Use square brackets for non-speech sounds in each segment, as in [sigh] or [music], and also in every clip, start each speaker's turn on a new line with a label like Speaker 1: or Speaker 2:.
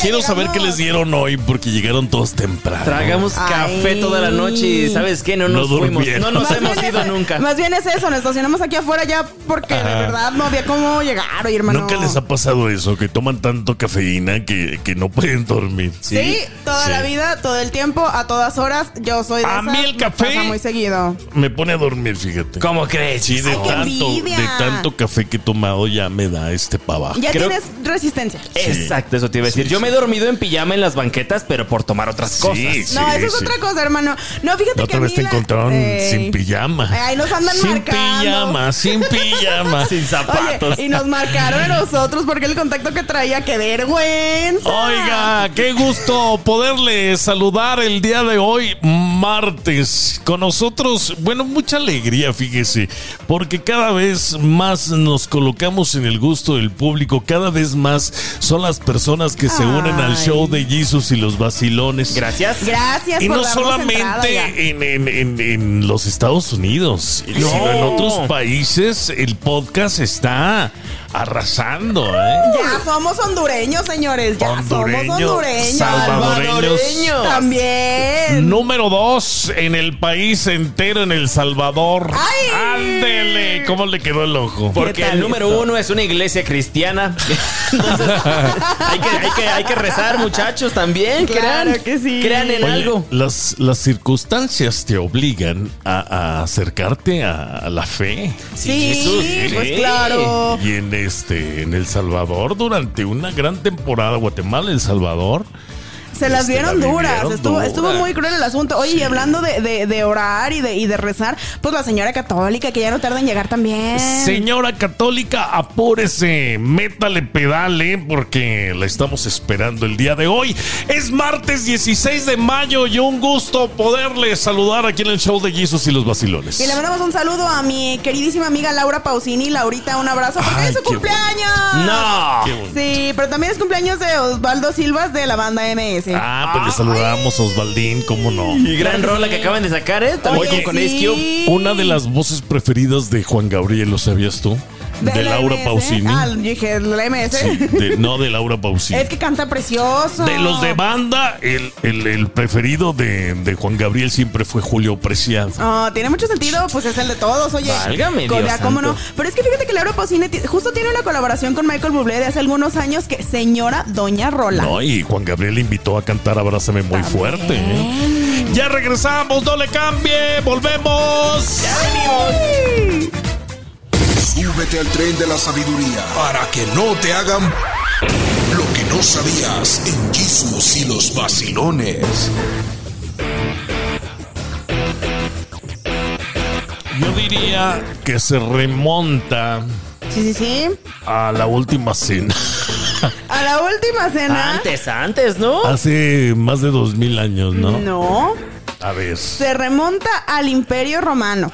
Speaker 1: Quiero
Speaker 2: ya
Speaker 1: saber qué les
Speaker 2: llegamos.
Speaker 1: dieron hoy porque llegaron todos temprano.
Speaker 3: Tragamos
Speaker 2: Ay.
Speaker 3: café toda la noche y ¿sabes qué? No
Speaker 1: No
Speaker 3: nos fuimos. No
Speaker 1: durmieron.
Speaker 3: nos
Speaker 2: Más
Speaker 3: hemos
Speaker 2: bien
Speaker 3: ido
Speaker 2: es-
Speaker 3: nunca.
Speaker 2: Más bien es eso, nos estacionamos aquí afuera ya porque de verdad no había cómo llegar, oye, hermano.
Speaker 1: Nunca les ha pasado eso, que toman tanto cafeína que, que no pueden dormir.
Speaker 2: Sí, toda
Speaker 1: Sí.
Speaker 2: la vida, todo el tiempo, a todas horas. Yo soy de
Speaker 1: A
Speaker 2: esas,
Speaker 1: mí el
Speaker 2: me
Speaker 1: café.
Speaker 2: pasa muy seguido.
Speaker 1: Me pone a dormir, fíjate.
Speaker 3: ¿Cómo crees?
Speaker 1: Sí, de
Speaker 2: Ay, qué
Speaker 1: tanto,
Speaker 2: envidia.
Speaker 1: de tanto café que he tomado ya me da este para abajo.
Speaker 2: Ya
Speaker 3: Creo-
Speaker 2: tienes resistencia.
Speaker 3: Exacto, eso te iba a decir. Yo me he dormido en pijama en las banquetas, pero por tomar otras
Speaker 1: Sí,
Speaker 3: cosas.
Speaker 1: sí,
Speaker 2: No, eso es
Speaker 1: sí.
Speaker 2: otra cosa, hermano. No, fíjate
Speaker 1: La
Speaker 2: que a
Speaker 1: otra vez
Speaker 2: mí
Speaker 1: te
Speaker 2: la-
Speaker 1: encontraron
Speaker 2: Ey.
Speaker 1: sin pijama.
Speaker 2: Ay, nos andan
Speaker 1: sin
Speaker 2: marcando. [laughs]
Speaker 1: pijama, sin pijama. sin
Speaker 2: Oye, y nos marcaron a nosotros porque el contacto que traía, qué vergüenza.
Speaker 1: Oiga, qué gusto poderle saludar el día de hoy, martes. Con nosotros, bueno, mucha alegría, fíjese, porque cada vez más nos colocamos en el gusto del público, cada vez más son las personas que se unen
Speaker 2: Ay.
Speaker 1: al show de Jesus y los vacilones.
Speaker 3: Gracias.
Speaker 2: Gracias
Speaker 1: Y
Speaker 2: por
Speaker 1: no
Speaker 2: darnos entrada, oiga.
Speaker 1: solamente en, en- en- en los Estados Unidos, sino en otros países el podcast está arrasando. ¿eh?
Speaker 2: Ya somos hondureños, señores. Ya somos
Speaker 1: Hondureños,
Speaker 2: hondureños.
Speaker 1: salvadoreños.
Speaker 3: Salvadoreños.
Speaker 2: También.
Speaker 1: Número dos en el país entero, en El Salvador.
Speaker 2: ¡Ay!
Speaker 1: ¡Ándele! ¿Cómo le quedó el ojo?
Speaker 3: Porque
Speaker 2: tal
Speaker 3: el número
Speaker 2: eso?
Speaker 3: uno es una iglesia cristiana. [laughs] Entonces, hay, que, hay, que, hay que rezar, muchachos, también.
Speaker 2: Claro
Speaker 3: crean,
Speaker 2: que sí.
Speaker 3: crean en
Speaker 1: Oye,
Speaker 3: algo.
Speaker 1: Las, las circunstancias te obligan a, a acercarte a, a la fe.
Speaker 2: Sí, pues
Speaker 3: sí.
Speaker 2: claro.
Speaker 1: Y en este, en El Salvador, durante una gran temporada, Guatemala, El Salvador.
Speaker 2: Se las
Speaker 1: Este,
Speaker 2: vieron
Speaker 1: la
Speaker 2: duras.
Speaker 1: vivieron
Speaker 2: Estuvo,
Speaker 1: dura.
Speaker 2: estuvo muy cruel el asunto. Oye, y hablando de, de- de orar y de, y de rezar, pues la señora católica que ya no tarda en llegar también.
Speaker 1: Señora católica, apúrese, métale pedal, ¿eh? porque la estamos esperando el día de hoy. Es martes 16 de mayo y un gusto poderle saludar aquí en el show de Jesus y los Basilones.
Speaker 2: Y le mandamos un saludo a mi queridísima amiga Laura Pausini. Laurita, un abrazo porque
Speaker 1: Ay,
Speaker 2: es su
Speaker 1: qué
Speaker 2: cumpleaños.
Speaker 3: No.
Speaker 1: Qué bonito.
Speaker 2: Sí, pero también es cumpleaños de Osvaldo Silvas de la banda MS.
Speaker 1: Ah, pues le saludamos, Osvaldín, cómo no.
Speaker 3: Y gran rola que acaban de sacar, ¿eh? También
Speaker 2: Oye,
Speaker 3: con, con
Speaker 2: sí.
Speaker 3: Ace Cube.
Speaker 1: Una de las voces preferidas de Juan Gabriel, ¿lo sabías tú? De, Laura
Speaker 2: MS.
Speaker 1: Pausini.
Speaker 2: Ah, dije, la MS.
Speaker 1: Sí, de- no, de Laura Pausini.
Speaker 2: ¿eh? Es que canta precioso.
Speaker 1: De los de banda, el, el- el preferido de, de Juan Gabriel siempre fue Julio Preciado.
Speaker 2: Ah, tiene mucho sentido, pues es el de todos, oye.
Speaker 3: Válgame,
Speaker 2: Co-
Speaker 3: Dios
Speaker 2: ya, cómo
Speaker 3: santo.
Speaker 2: no. Pero es que fíjate que Laura Pausini ti- justo tiene una colaboración con Michael Bublé de hace algunos años que señora Doña Rola.
Speaker 1: No, y Juan Gabriel le invitó a cantar Abrázame muy fuerte. ¿eh? Ya regresamos, no le cambie, volvemos.
Speaker 4: Súbete al tren de la sabiduría para que no te hagan lo que no sabías en Jesús y los vacilones.
Speaker 1: Yo diría que se remonta
Speaker 2: Sí, sí, sí.
Speaker 1: a la
Speaker 2: [laughs]
Speaker 1: última cena.
Speaker 2: A la última cena.
Speaker 1: Ah,
Speaker 3: Antes, antes, ¿no?
Speaker 1: Hace más de dos mil años, ¿no?
Speaker 2: No,
Speaker 1: A ver,
Speaker 2: se remonta al Imperio Romano.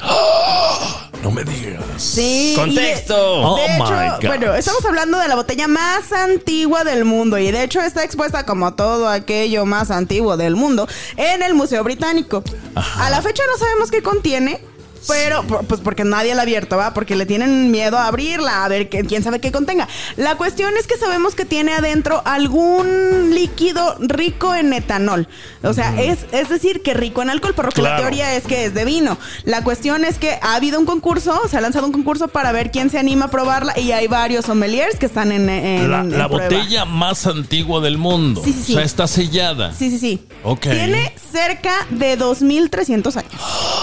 Speaker 1: no me digas.
Speaker 2: Sí. y de-
Speaker 3: Contexto.
Speaker 1: Oh
Speaker 2: de hecho,
Speaker 1: my God.
Speaker 2: bueno, estamos hablando de la botella más antigua del mundo y de hecho está expuesta como todo aquello más antiguo del mundo en el Museo Británico. A la fecha no sabemos qué contiene. Pero, por- pues porque nadie la ha abierto, ¿va? Porque le tienen miedo a abrirla, a ver qué- quién sabe qué contenga. La cuestión es que sabemos que tiene adentro algún líquido rico en etanol. O sea, es, es decir, que rico en alcohol, por lo que la
Speaker 1: Claro.
Speaker 2: teoría es que es de vino. La cuestión es que ha habido un concurso, se ha lanzado un concurso para ver quién se anima a probarla y hay varios sommeliers que están en, en-
Speaker 1: La,
Speaker 2: en
Speaker 1: la
Speaker 2: prueba.
Speaker 1: botella más antigua del mundo.
Speaker 2: Sí, sí, sí.
Speaker 1: O sea, está sellada.
Speaker 2: Sí, sí, sí.
Speaker 1: Ok.
Speaker 2: Tiene cerca de 2.300 años.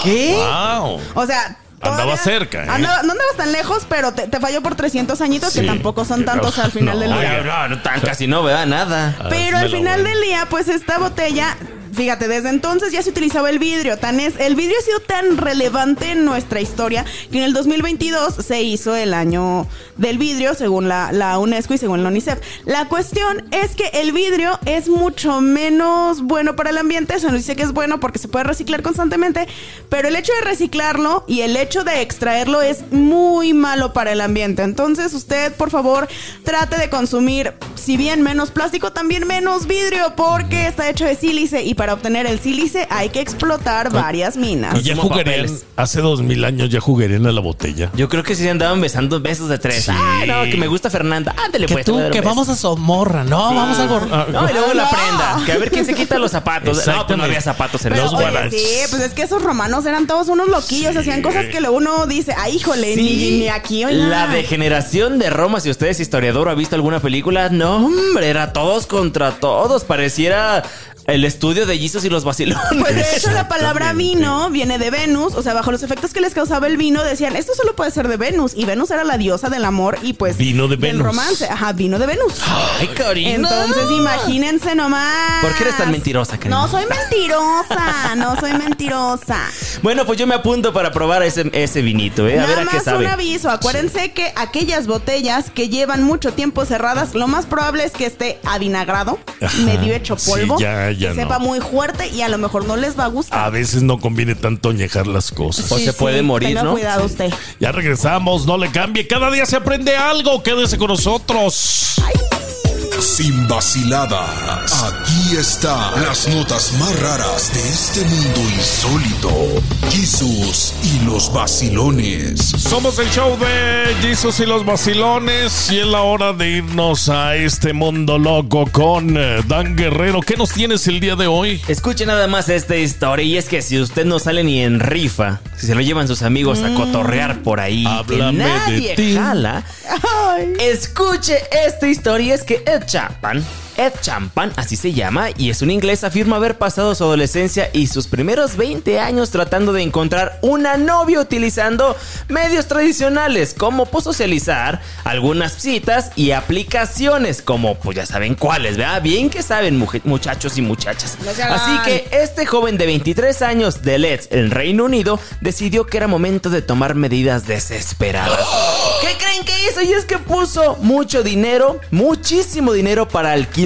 Speaker 2: ¿Qué?
Speaker 1: Wow.
Speaker 2: O sea...
Speaker 1: Andaba
Speaker 2: todavía-
Speaker 1: cerca, ¿eh?
Speaker 2: andaba- no andabas tan lejos, pero te, te falló por 300 añitos,
Speaker 1: Sí.
Speaker 2: que tampoco son tantos al final
Speaker 1: No,
Speaker 2: del día.
Speaker 1: oiga.
Speaker 3: No, no, no, tan casi no, ¿verdad? Nada.
Speaker 1: Ah,
Speaker 2: Pero al
Speaker 1: me la
Speaker 2: final
Speaker 1: voy.
Speaker 2: del día, pues esta botella Fíjate, desde entonces ya se utilizaba el vidrio. Tan es, el vidrio ha sido tan relevante en nuestra historia que en el 2022 se hizo el año del vidrio, según la, la UNESCO y según la UNICEF. La cuestión es que el vidrio es mucho menos bueno para el ambiente. Se nos dice que es bueno porque se puede reciclar constantemente, pero el hecho de reciclarlo y el hecho de extraerlo es muy malo para el ambiente. Entonces, usted, por favor, trate de consumir, si bien menos plástico, también menos vidrio, porque está hecho de sílice y para obtener el sílice hay que explotar varias minas.
Speaker 1: Y ya
Speaker 3: Como
Speaker 1: jugarían,
Speaker 3: papeles.
Speaker 1: hace dos mil años ya jugarían a la botella.
Speaker 3: Yo creo que sí se andaban besando besos de tres. Ah, no, que me gusta Fernanda. Ándale,
Speaker 5: Que
Speaker 3: pues.
Speaker 5: tú, que vamos a Somorra, no, vamos a... Gor-
Speaker 1: Ah,
Speaker 5: a-
Speaker 3: No, y luego la
Speaker 2: No.
Speaker 3: prenda. Que a ver quién se quita los zapatos. No, pues no
Speaker 1: Exactamente.
Speaker 3: había zapatos en
Speaker 1: Pero,
Speaker 3: los
Speaker 1: oye,
Speaker 3: guardas.
Speaker 2: Sí, pues es que esos romanos eran todos unos loquillos, hacían cosas que luego uno dice, ay, híjole, ni, ni aquí oiga".
Speaker 3: La degeneración de Roma, si usted es historiador o ha visto alguna película, no, hombre, era todos contra todos. Pareciera el estudio de Jesus y los vacilones.
Speaker 2: Pues de hecho la palabra vino viene de Venus, o sea, bajo los efectos que les causaba el vino decían, esto solo puede ser de Venus y Venus era la diosa del amor y pues
Speaker 1: Vino de
Speaker 2: del
Speaker 1: Venus.
Speaker 2: romance, ajá, vino de Venus.
Speaker 3: [gasps] Ay, Corina.
Speaker 2: Entonces imagínense nomás.
Speaker 3: ¿Por qué eres tan mentirosa, Karina?
Speaker 2: No soy mentirosa, no soy mentirosa.
Speaker 3: Bueno, pues yo me apunto para probar ese, ese vinito, [laughs] ¿eh? A ver
Speaker 2: Nada
Speaker 3: a qué
Speaker 2: más un
Speaker 3: sabe.
Speaker 2: aviso, acuérdense que aquellas botellas que llevan mucho tiempo cerradas, lo más probable es que esté avinagrado,
Speaker 1: Ajá,
Speaker 2: medio hecho
Speaker 1: sí,
Speaker 2: polvo,
Speaker 1: ya, ya
Speaker 2: que
Speaker 1: no.
Speaker 2: sepa muy fuerte y a lo mejor no les va a
Speaker 1: A
Speaker 2: gustar.
Speaker 1: veces no conviene tanto añejar las cosas.
Speaker 3: Ah, O se puede morir,
Speaker 2: tenga
Speaker 3: ¿no?
Speaker 2: cuidado usted.
Speaker 1: Ya regresamos, no le cambie. Cada día se aprende algo. Quédese con nosotros.
Speaker 4: Sin vaciladas, aquí están las notas más raras de este mundo insólito. Jesús y los vacilones.
Speaker 1: Somos el show de Jesus y los vacilones. Y es la hora de irnos a este mundo loco con eh, Dan Guerrero. ¿Qué nos tienes el día de hoy?
Speaker 3: Escuche nada más esta historia y es que si usted no sale ni en rifa, si se lo llevan sus amigos a cotorrear por ahí, que
Speaker 1: Mm. Háblame de
Speaker 3: nadie
Speaker 1: ti.
Speaker 3: jala,
Speaker 2: Ay.
Speaker 3: Escuche esta historia, y es que Ed Champan, Ed Champan, así se llama, y es un inglés, afirma haber pasado su adolescencia y sus primeros 20 años tratando de encontrar una novia utilizando medios tradicionales como pues, socializar, algunas citas y aplicaciones como, pues ya saben cuáles, ¿verdad? Bien que saben, muje- muchachos y muchachas.
Speaker 2: No se hagan.
Speaker 3: Así que este joven de 23 años de Leeds, en Reino Unido, decidió que era momento de tomar medidas desesperadas. ¿Qué creen que hizo? Y es que puso mucho dinero, muchísimo dinero para alquilar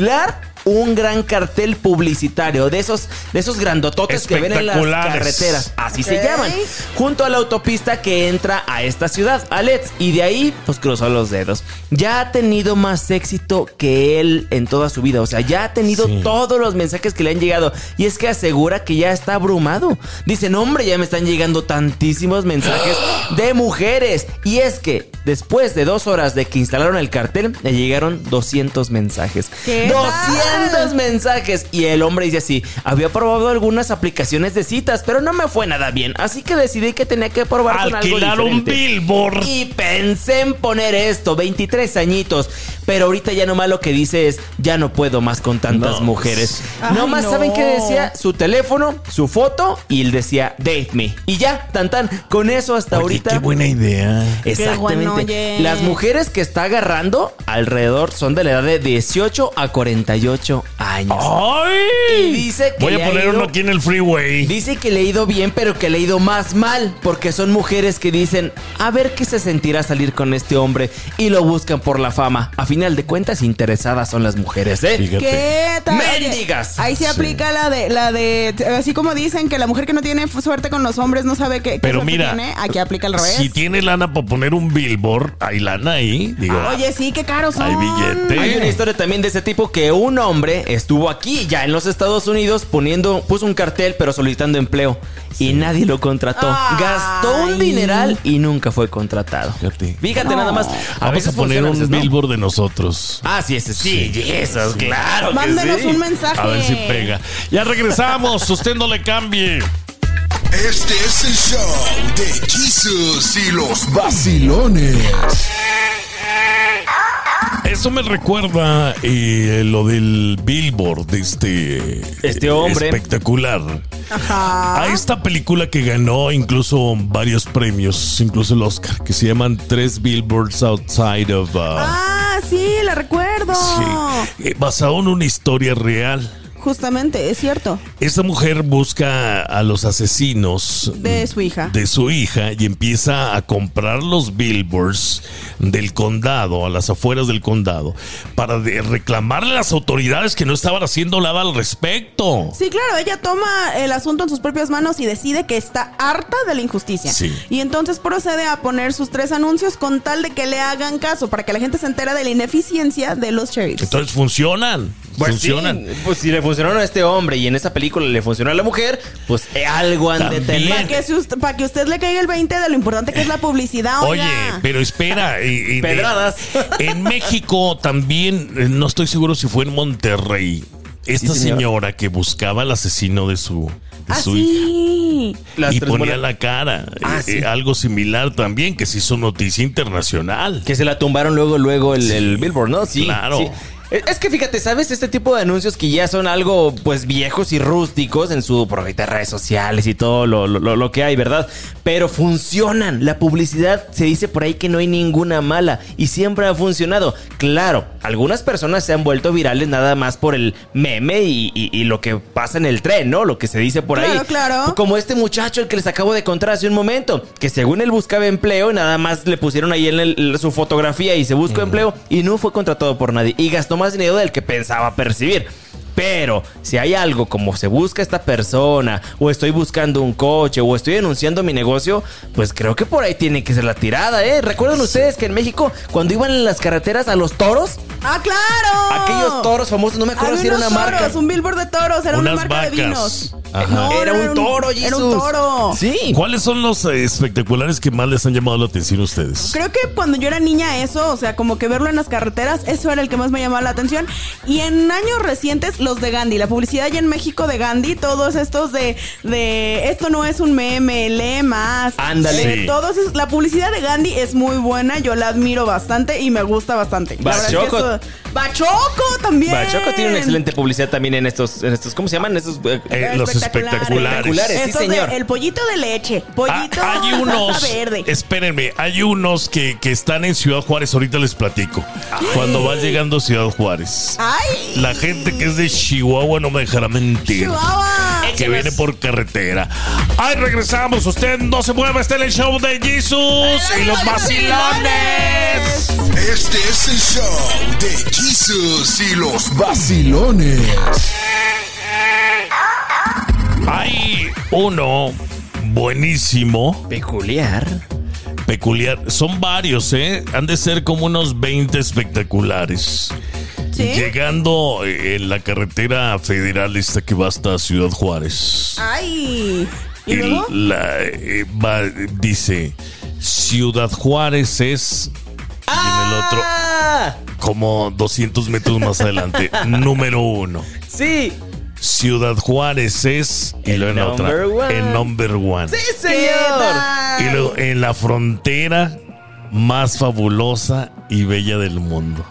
Speaker 3: un gran cartel publicitario de esos de esos grandototes que ven en las
Speaker 1: Espectaculares.
Speaker 3: carreteras, así
Speaker 2: Ok.
Speaker 3: se llaman, junto a la autopista que entra a esta ciudad, a Leeds, y de ahí pues cruzó los dedos. Ya ha tenido más éxito que él en toda su vida, o sea, ya ha tenido
Speaker 1: Sí.
Speaker 3: todos los mensajes que le han llegado y es que asegura que ya está abrumado. Dicen, hombre, ya me están llegando tantísimos
Speaker 2: [gasps]
Speaker 3: mensajes de mujeres. Y es que después de dos horas de que instalaron el cartel, le llegaron 200 mensajes.
Speaker 2: ¿Qué
Speaker 3: 200 mensajes. Y el hombre dice así, había probado algunas aplicaciones de citas, pero no me fue nada bien. Así que decidí que tenía que probar con algo
Speaker 1: Alquilar un
Speaker 3: diferente".
Speaker 1: billboard.
Speaker 3: Y pensé en poner esto, 23 añitos. Pero ahorita ya nomás lo que dice es, ya no puedo más con tantas
Speaker 1: No.
Speaker 3: mujeres.
Speaker 2: Ay,
Speaker 3: nomás
Speaker 2: no.
Speaker 3: saben qué decía su teléfono, su foto y él decía, date me. Y ya, tan tan, con eso hasta
Speaker 1: Oye,
Speaker 3: ahorita...
Speaker 1: Qué buena idea.
Speaker 2: Qué
Speaker 3: Exactamente.
Speaker 2: bueno, oye.
Speaker 3: Las mujeres que está agarrando alrededor son de la edad de 18 a 48 años.
Speaker 1: ¡Ay!
Speaker 3: Y dice que
Speaker 1: Voy
Speaker 3: le
Speaker 1: a
Speaker 3: ha
Speaker 1: poner
Speaker 3: ido-
Speaker 1: uno aquí en el freeway.
Speaker 3: Dice que le ha ido bien, pero que le ha ido más mal, porque son mujeres que dicen, a ver qué se sentirá salir con este hombre, y lo buscan por la fama. A final de cuentas, interesadas son las mujeres, ¿eh?
Speaker 1: Fíjate.
Speaker 2: ¿Qué tal? Oye,
Speaker 3: ¡Mendigas!
Speaker 2: Ahí se aplica la de, la de, así como dicen que la mujer que no tiene suerte con los hombres no sabe qué, qué
Speaker 1: Pero
Speaker 2: suerte
Speaker 1: mira,
Speaker 2: tiene, aquí aplica al revés.
Speaker 1: Si tiene lana para poner un billboard, hay lana ahí. Digo,
Speaker 2: Ah,
Speaker 3: Ah,
Speaker 2: Oye, sí, qué caros son.
Speaker 1: hay billete.
Speaker 3: Hay una historia también de ese tipo que un hombre estuvo aquí, ya en los Estados Unidos, poniendo, puso un cartel, pero solicitando empleo. Y nadie lo contrató.
Speaker 2: Ay.
Speaker 3: Gastó un dineral y nunca fue contratado.
Speaker 1: Fíjate.
Speaker 3: Fíjate nada más.
Speaker 1: Vamos a
Speaker 3: veces
Speaker 1: poner
Speaker 3: funciona,
Speaker 1: un
Speaker 3: veces no.
Speaker 1: billboard de nosotros.
Speaker 3: Ah, sí, ese sí,
Speaker 1: Sí,
Speaker 3: eso, claro. que
Speaker 2: Mándenos
Speaker 3: sí.
Speaker 2: un mensaje.
Speaker 1: A ver si pega. Ya regresamos. [laughs] Usted no le cambie.
Speaker 4: Este es el show de Jesús y los vacilones.
Speaker 1: Eso me recuerda eh, lo del billboard de este,
Speaker 3: Este hombre.
Speaker 1: espectacular.
Speaker 2: Ajá.
Speaker 1: A esta película que ganó incluso varios premios, incluso el Oscar, que se llaman Tres Billboards Outside of... uh,
Speaker 2: Ah, sí, la recuerdo.
Speaker 1: Sí. Eh, basado en una historia real.
Speaker 2: Justamente, es cierto.
Speaker 1: Esta mujer busca a los asesinos
Speaker 2: De su hija.
Speaker 1: Mm, de su hija y empieza a comprar los billboards del condado, a las afueras del condado, para de- reclamarle a las autoridades que no estaban haciendo nada al respecto.
Speaker 2: Sí, claro, ella toma el asunto en sus propias manos y decide que está harta de la injusticia.
Speaker 1: Sí.
Speaker 2: Y entonces procede a poner sus tres anuncios con tal de que le hagan caso, para que la gente se entera de la ineficiencia de los sheriffs.
Speaker 1: Entonces funcionan, funcionan.
Speaker 3: sí, pues si le funcionaron a este hombre y en esa película le funcionó a la mujer, pues eh, algo han de
Speaker 1: También.
Speaker 3: tener.
Speaker 2: Para que, si usted, para que usted le caiga el 20 de lo importante que es la publicidad.
Speaker 1: Oye,
Speaker 2: oiga.
Speaker 1: pero espera. y- y-
Speaker 3: Pedradas.
Speaker 1: [laughs] En México también, eh, no estoy seguro si fue en Monterrey, esta
Speaker 3: Sí, señora.
Speaker 1: señora que buscaba al asesino de su, de
Speaker 2: Ah,
Speaker 1: su hija.
Speaker 2: sí.
Speaker 3: Las
Speaker 1: y
Speaker 3: tres
Speaker 1: ponía
Speaker 3: bolas-
Speaker 1: la cara.
Speaker 3: Ah,
Speaker 1: Eh,
Speaker 3: sí.
Speaker 1: eh, algo similar también, que se hizo noticia internacional.
Speaker 3: Que se la tumbaron luego, luego el, el Billboard, ¿no? Sí.
Speaker 1: claro.
Speaker 3: sí. Es es que fíjate, ¿sabes? Este tipo de anuncios que ya son algo, pues, viejos y rústicos en su por ahorita redes sociales y todo lo, lo- lo- lo que hay, ¿verdad? Pero funcionan. La publicidad se dice por ahí que no hay ninguna mala y siempre ha funcionado. Claro, algunas personas se han vuelto virales nada más por el meme y, y- y lo que pasa en el tren, ¿no? Lo que se dice por ahí.
Speaker 2: Claro, claro.
Speaker 3: Como este muchacho, el que les acabo de contar hace un momento, que según él buscaba empleo, nada más le pusieron ahí en el- su fotografía y se buscó empleo y no fue contratado por nadie y gastó más dinero del que pensaba percibir. Pero si hay algo como se busca esta persona, o estoy buscando un coche, o estoy denunciando mi negocio, pues creo que por ahí tiene que ser la tirada, ¿eh? ¿Recuerdan ustedes que en México, cuando iban en las carreteras a los toros,
Speaker 2: ¡Ah, claro!
Speaker 3: aquellos toros famosos, no me acuerdo
Speaker 2: Había
Speaker 3: si era una
Speaker 2: unos toros,
Speaker 3: marca.
Speaker 2: un billboard de toros, era una
Speaker 1: Unas
Speaker 2: marca de
Speaker 1: vacas.
Speaker 2: vinos.
Speaker 1: Ajá.
Speaker 3: Era un toro,
Speaker 2: Era un
Speaker 3: Jesus.
Speaker 2: toro.
Speaker 3: Sí.
Speaker 1: ¿Cuáles son los eh, espectaculares que más les han llamado la atención a ustedes?
Speaker 2: Creo que cuando yo era niña eso, o sea, como que verlo en las carreteras, eso era el que más me llamaba la atención. Y en años recientes, los de Gandhi, la publicidad ya en México de Gandhi, todos estos de, de esto no es un meme, lee más.
Speaker 3: Ándale.
Speaker 2: Eh, todos es- la publicidad de Gandhi es muy buena, yo la admiro bastante y me gusta bastante. La verdad es que
Speaker 3: Bachoco.
Speaker 2: eso- Bachoco también.
Speaker 3: Bachoco tiene una excelente publicidad también en estos, en estos ¿cómo se llaman? Estos eh,
Speaker 1: Eh, los espectaculares.
Speaker 3: Espectaculares. sí,
Speaker 2: Esto de
Speaker 3: señor.
Speaker 2: el pollito de leche,
Speaker 1: Ah,
Speaker 2: pollito
Speaker 1: hay
Speaker 2: salsa
Speaker 1: unos,
Speaker 2: verde.
Speaker 1: espérenme, hay unos que, que están en Ciudad Juárez, ahorita les platico. Cuando vas llegando a Ciudad Juárez,
Speaker 2: Ay.
Speaker 1: la gente que es de Chihuahua no me dejará mentir.
Speaker 2: Chihuahua.
Speaker 1: que viene por carretera. ¡Ay, regresamos! ¡Usted no se mueva! ¡Está en el show de Jesus y los vacilones!
Speaker 4: Este es el show de Jesus y los vacilones.
Speaker 1: Hay uno buenísimo,
Speaker 3: Peculiar.
Speaker 1: peculiar. Son varios, ¿eh? Han de ser como unos 20 espectaculares.
Speaker 2: ¿Sí?
Speaker 1: Llegando eh, en la carretera federal esta que va hasta Ciudad Juárez.
Speaker 2: Ay. ¿Y
Speaker 1: El-
Speaker 2: luego?
Speaker 1: la, eh, va- dice, Ciudad Juárez es... Y en el otro,
Speaker 3: ¡Ah!
Speaker 1: como 200 metros
Speaker 3: [laughs]
Speaker 1: más adelante. número uno.
Speaker 3: Sí,
Speaker 1: Ciudad Juárez es. Y
Speaker 3: El
Speaker 1: luego en la otra.
Speaker 3: number one.
Speaker 1: El number one.
Speaker 3: sí,
Speaker 2: ¿Qué
Speaker 3: señor.
Speaker 2: tal?
Speaker 1: Y luego en la frontera más fabulosa y bella del mundo.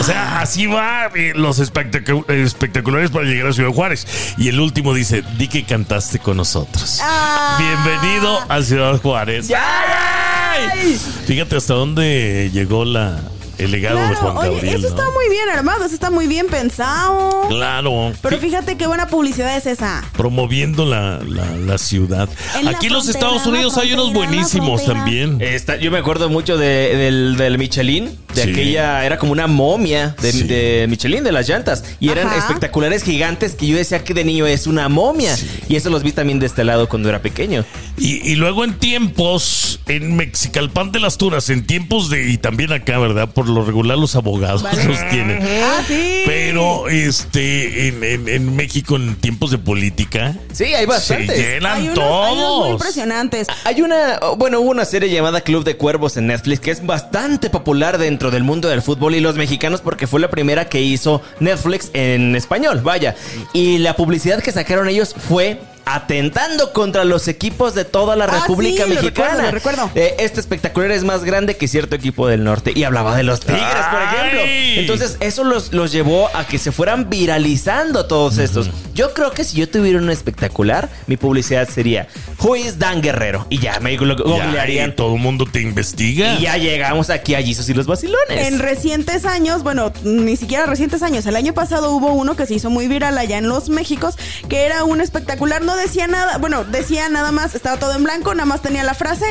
Speaker 1: O sea, así va eh, los espectacu- eh, espectaculares para llegar a Ciudad Juárez. Y el último dice, di que cantaste con nosotros.
Speaker 2: Ah.
Speaker 1: Bienvenido a Ciudad Juárez.
Speaker 3: ¡Ay!
Speaker 1: Fíjate hasta dónde llegó la, el legado de Juan
Speaker 2: Claro, oye,
Speaker 1: Gabriel.
Speaker 2: eso
Speaker 1: ¿no?
Speaker 2: está muy bien armado, eso está muy bien pensado.
Speaker 1: Claro.
Speaker 2: Pero fíjate qué buena publicidad es esa.
Speaker 1: promoviendo la, la- la ciudad.
Speaker 2: En la
Speaker 1: Aquí en los
Speaker 2: frontera,
Speaker 1: Estados
Speaker 2: la
Speaker 1: Unidos hay unos
Speaker 2: frontera, la
Speaker 1: buenísimos
Speaker 2: frontera.
Speaker 1: también.
Speaker 3: Esta- yo me acuerdo mucho de- del, del Michelin, de
Speaker 1: Sí.
Speaker 3: aquella, era como una momia de,
Speaker 1: Sí.
Speaker 3: de Michelin, de las llantas. Y eran
Speaker 2: Ajá.
Speaker 3: espectaculares gigantes que yo decía que de niño es una momia. Y eso los vi también de este lado cuando era pequeño.
Speaker 1: Y, y luego en tiempos, en Mexicalpan de las Tunas, en tiempos de, y también acá, ¿verdad? Por lo regular los abogados los tienen.
Speaker 2: Ah, sí.
Speaker 1: Pero este en, en- en México, en tiempos de política,
Speaker 3: Sí, hay bastantes.
Speaker 1: se llenan
Speaker 2: hay unos, hay unos muy
Speaker 1: todos.
Speaker 2: impresionantes.
Speaker 3: Hay una, oh, bueno, hubo una serie llamada Club de Cuervos en Netflix que es bastante popular dentro del mundo del fútbol y los mexicanos porque fue la primera que hizo Netflix en español, vaya. Y la publicidad que sacaron ellos fue atentando contra los equipos de toda la
Speaker 2: Ah,
Speaker 3: República
Speaker 2: sí, lo
Speaker 3: Mexicana.
Speaker 2: recuerdo, lo recuerdo.
Speaker 3: Eh, este espectacular es más grande que cierto equipo del norte. Y hablaba de los Tigres, por ejemplo.
Speaker 1: ¡Ay!
Speaker 3: Entonces, eso los, los llevó a que se fueran viralizando todos estos. Yo creo que si yo tuviera un espectacular, mi publicidad sería Who is Dan Guerrero? Y ya me lo
Speaker 1: Ya, y
Speaker 3: googlearían.
Speaker 1: todo el mundo te investiga.
Speaker 3: Y ya llegamos aquí a Jesus y los
Speaker 1: Pues.
Speaker 3: vacilones.
Speaker 2: En recientes años, bueno, ni siquiera recientes años, el año pasado hubo uno que se hizo muy viral allá en Los Méxicos, que era un espectacular, no decía nada, bueno, decía nada más, estaba todo en blanco, nada más tenía la frase,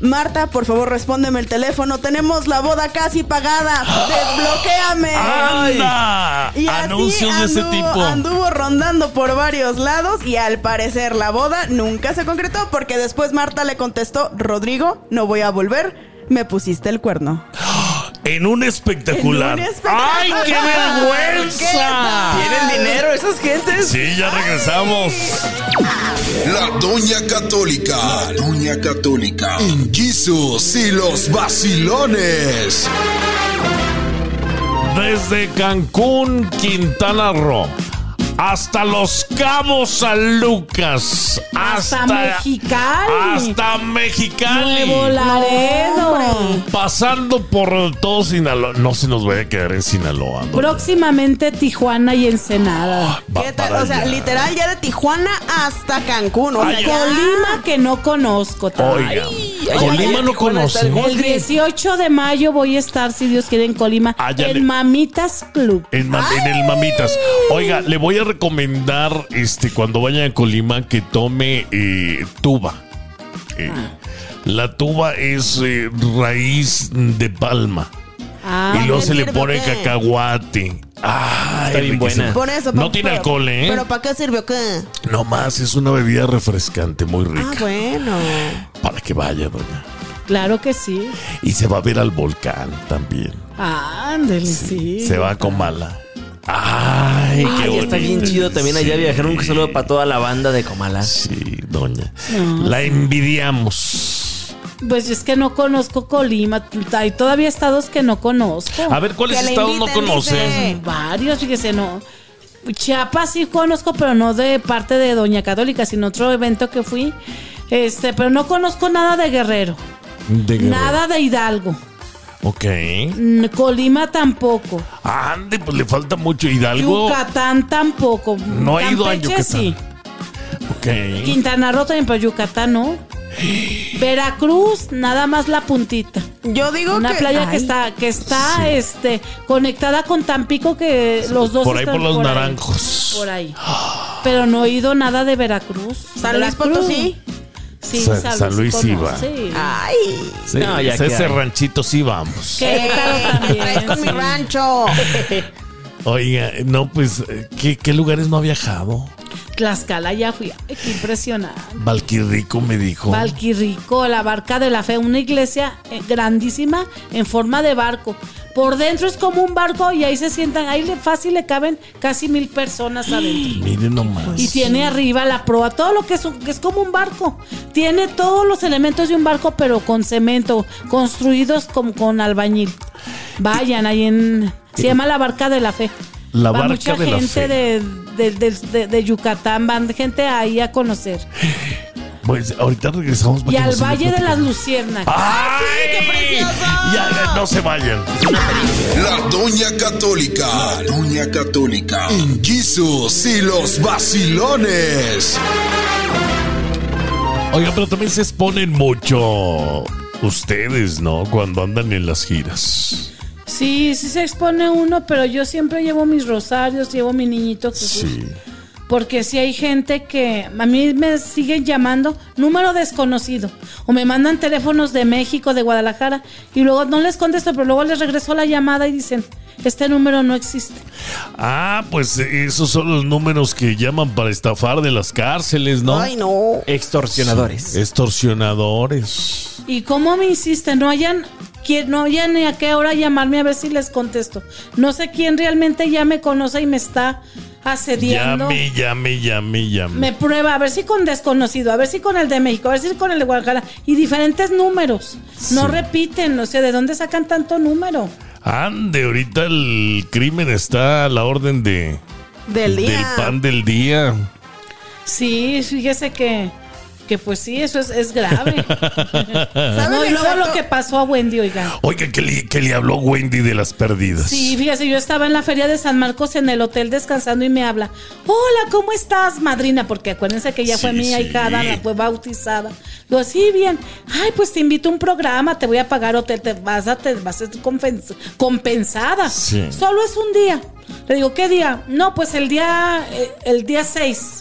Speaker 2: Marta, por favor, respóndeme el teléfono, tenemos la boda casi
Speaker 1: [gasps]
Speaker 2: pagada, desbloquéame.
Speaker 1: ¡Anda!
Speaker 2: Y así
Speaker 1: Anuncios Ah, de ese
Speaker 2: anduvo-
Speaker 1: tipo.
Speaker 2: Anduvo rondando por varios lados y al parecer la boda nunca se concretó porque después Marta le contestó, Rodrigo, no voy a volver. Me pusiste el cuerno.
Speaker 1: En un espectacular.
Speaker 2: En un espectacular.
Speaker 1: ¡Ay,
Speaker 2: [laughs]
Speaker 1: qué
Speaker 2: ¿Qué
Speaker 1: vergüenza!
Speaker 2: tal?
Speaker 3: ¿Tienen dinero esas gentes?
Speaker 1: Sí, ya regresamos.
Speaker 4: La Doña Católica. La Doña Católica. En Jesus y los vacilones.
Speaker 1: Desde Cancún, Quintana Roo. Hasta los Cabos San Lucas. Hasta,
Speaker 6: Hasta Mexicali.
Speaker 1: Hasta Mexicali.
Speaker 6: Nuevo Laredo.
Speaker 2: hombre.
Speaker 1: Pasando por todo Sinaloa. No se nos vaya a quedar en Sinaloa. ¿no? Ah,
Speaker 6: Próximamente Tijuana y Ensenada.
Speaker 1: Va
Speaker 2: ¿Qué tal?
Speaker 1: para
Speaker 2: O sea,
Speaker 1: allá. Ah,
Speaker 2: literal ya de Tijuana hasta Cancún. O sea,
Speaker 1: Ay,
Speaker 2: ya-
Speaker 6: Colima que no conozco. también.
Speaker 1: Oiga,
Speaker 3: ay,
Speaker 1: Colima
Speaker 3: ay,
Speaker 1: no
Speaker 3: Tijuana está
Speaker 1: conoce.
Speaker 3: el
Speaker 6: El 18 de mayo voy a estar, si Dios quiere, en Colima,
Speaker 1: Ah, ya
Speaker 6: en
Speaker 1: le-
Speaker 6: Mamitas Club.
Speaker 1: En, ma- en el Mamitas. Oiga, le voy a recomendar este cuando vaya a Colima que tome eh, tuba. Eh,
Speaker 2: Ah.
Speaker 1: La tuba es eh, raíz de palma.
Speaker 6: Ah,
Speaker 1: y luego
Speaker 2: me
Speaker 1: se le
Speaker 2: sirve,
Speaker 1: pone
Speaker 2: ¿qué?
Speaker 1: cacahuate. Ah,
Speaker 3: Está bien buena.
Speaker 2: Por eso,
Speaker 1: No
Speaker 2: pa-
Speaker 1: tiene
Speaker 2: pero-
Speaker 1: alcohol, ¿eh?
Speaker 2: Pero ¿para qué sirvió qué?
Speaker 1: Nomás es una bebida refrescante, muy rica.
Speaker 2: Ah, bueno.
Speaker 1: Para que vaya, doña.
Speaker 6: claro que sí.
Speaker 1: Y se va a ver al volcán también.
Speaker 6: Ándale, sí.
Speaker 1: Se va a Comala. Ay, qué
Speaker 3: Ay,
Speaker 1: bonito.
Speaker 3: está bien chido también allá
Speaker 1: Sí.
Speaker 3: viajar. Un saludo para toda la banda de Comala.
Speaker 1: Sí, doña.
Speaker 6: No,
Speaker 1: la envidiamos.
Speaker 6: Pues es que no conozco Colima. Hay todavía estados que no conozco. Pues,
Speaker 1: A ver, Eh. ¿cuáles
Speaker 2: Que la
Speaker 1: estados no
Speaker 2: inviten,
Speaker 1: conoces?
Speaker 2: dice.
Speaker 6: Varios, fíjese, no. Chiapas sí conozco, pero no de parte de Doña Católica, sino otro evento que fui. Este, pero no conozco nada de Guerrero,
Speaker 1: De Guerrero.
Speaker 6: nada de Hidalgo,
Speaker 1: Ok.
Speaker 6: mm, Colima tampoco,
Speaker 1: Ande, pues le falta mucho Hidalgo.
Speaker 6: Yucatán tampoco,
Speaker 1: No he ido a Yucatán.
Speaker 6: sí,
Speaker 1: Ok.
Speaker 6: Quintana Roo también, pero Yucatán no, Veracruz nada más la puntita,
Speaker 2: Yo digo
Speaker 6: una
Speaker 2: que.
Speaker 6: playa
Speaker 2: Ay,
Speaker 6: que está que está
Speaker 1: Sí.
Speaker 6: este conectada con Tampico que los dos
Speaker 1: Por ahí
Speaker 6: están
Speaker 1: por los
Speaker 6: ahí.
Speaker 1: naranjos.
Speaker 6: por ahí. Pero no he ido nada de Veracruz.
Speaker 2: San Luis
Speaker 6: Veracruz.
Speaker 2: Potosí. Ah.
Speaker 6: Sí,
Speaker 1: San-
Speaker 6: San,
Speaker 1: San Luis
Speaker 6: Luis
Speaker 1: sí
Speaker 6: conoce,
Speaker 1: va.
Speaker 6: sí.
Speaker 2: Ay.
Speaker 1: Sí,
Speaker 3: No, ya
Speaker 1: es
Speaker 3: que
Speaker 1: ese
Speaker 3: hay.
Speaker 1: ranchito sí vamos.
Speaker 6: Querétaro
Speaker 2: ¿Qué traes
Speaker 6: también.
Speaker 2: con
Speaker 6: sí.
Speaker 2: mi
Speaker 1: [laughs]
Speaker 2: rancho?
Speaker 1: Oiga, no, pues, eh, ¿qué, qué lugares no ha viajado?
Speaker 6: Tlaxcala ya fui. Ay, qué impresionante.
Speaker 1: Valquirrico me dijo.
Speaker 6: Valquirrico, la barca de la fe, una iglesia eh, grandísima en forma de barco. Por dentro es como un barco y ahí se sientan, ahí le- fácil le caben casi mil personas
Speaker 1: [gasps]
Speaker 6: adentro.
Speaker 1: Miren nomás.
Speaker 6: Y tiene arriba la proa, todo lo que es, un- que es como un barco. Tiene todos los elementos de un barco, pero con cemento, construidos con, con albañil. Vayan ahí en... Se llama la barca de la fe.
Speaker 1: La
Speaker 6: Va
Speaker 1: Barca
Speaker 6: mucha
Speaker 1: de la
Speaker 6: gente
Speaker 1: Fe.
Speaker 6: De, de- de- de- de Yucatán, van gente ahí a conocer.
Speaker 1: Pues ahorita regresamos. para
Speaker 6: Y
Speaker 1: que
Speaker 6: al
Speaker 1: nos siga
Speaker 6: Valle de las ¡Ah,
Speaker 1: platicando.
Speaker 6: Luciérnagas.
Speaker 1: ¡Ay!
Speaker 2: qué precioso!
Speaker 1: Ya, eh, no se vayan.
Speaker 4: La Doña Católica. La Doña Católica. En Jesus y los vacilones.
Speaker 1: Oigan, pero también se exponen mucho ustedes, ¿no? Cuando andan en las giras.
Speaker 6: Sí, sí se expone uno, pero yo siempre llevo mis rosarios, llevo mi niñito Jesús.
Speaker 1: Sí.
Speaker 6: Porque si hay gente que a mí me siguen llamando número desconocido o me mandan teléfonos de México, de Guadalajara y luego no les contesto, pero luego les regreso la llamada y dicen, este número no existe.
Speaker 1: Ah, pues eh, esos son los números que llaman para estafar de las cárceles, ¿no?
Speaker 2: Ay, no.
Speaker 3: Extorsionadores.
Speaker 1: Extorsionadores.
Speaker 6: ¿Y cómo me insisten? No hayan, quien- no hayan ni a qué hora llamarme a ver si les contesto. No sé quién realmente ya me conoce y me está asediando.
Speaker 1: Llame, llame, llame, llame.
Speaker 6: Me prueba, a ver si con desconocido, a ver si con el de México, a ver si con el de Guadalajara. Y diferentes números.
Speaker 1: Sí.
Speaker 6: No repiten, o sea, ¿de dónde sacan tanto número?
Speaker 1: Ande, ahorita el crimen está a la orden de
Speaker 2: Del día.
Speaker 1: del pan del día.
Speaker 6: Sí, fíjese que, que pues sí, eso es,
Speaker 2: [laughs]
Speaker 6: es grave.
Speaker 2: ¿Saben
Speaker 6: No, y luego
Speaker 2: exacto?
Speaker 6: lo que pasó a Wendy, oiga.
Speaker 1: Oiga, que le, que le habló Wendy de las perdidas.
Speaker 6: Sí, fíjese, yo estaba en la feria de San Marcos en el hotel descansando y me habla. Hola, ¿cómo estás, madrina? Porque acuérdense que ella fue
Speaker 1: Sí,
Speaker 6: mi
Speaker 1: sí.
Speaker 6: ahijada, la fue bautizada. Digo, sí, bien. Ay, pues te invito a un programa, te voy a pagar hotel, te vas a, te vas a ser compens- compensada.
Speaker 1: Sí.
Speaker 6: Solo es un día. Le digo, ¿qué día? No, pues el día, eh, el día 6.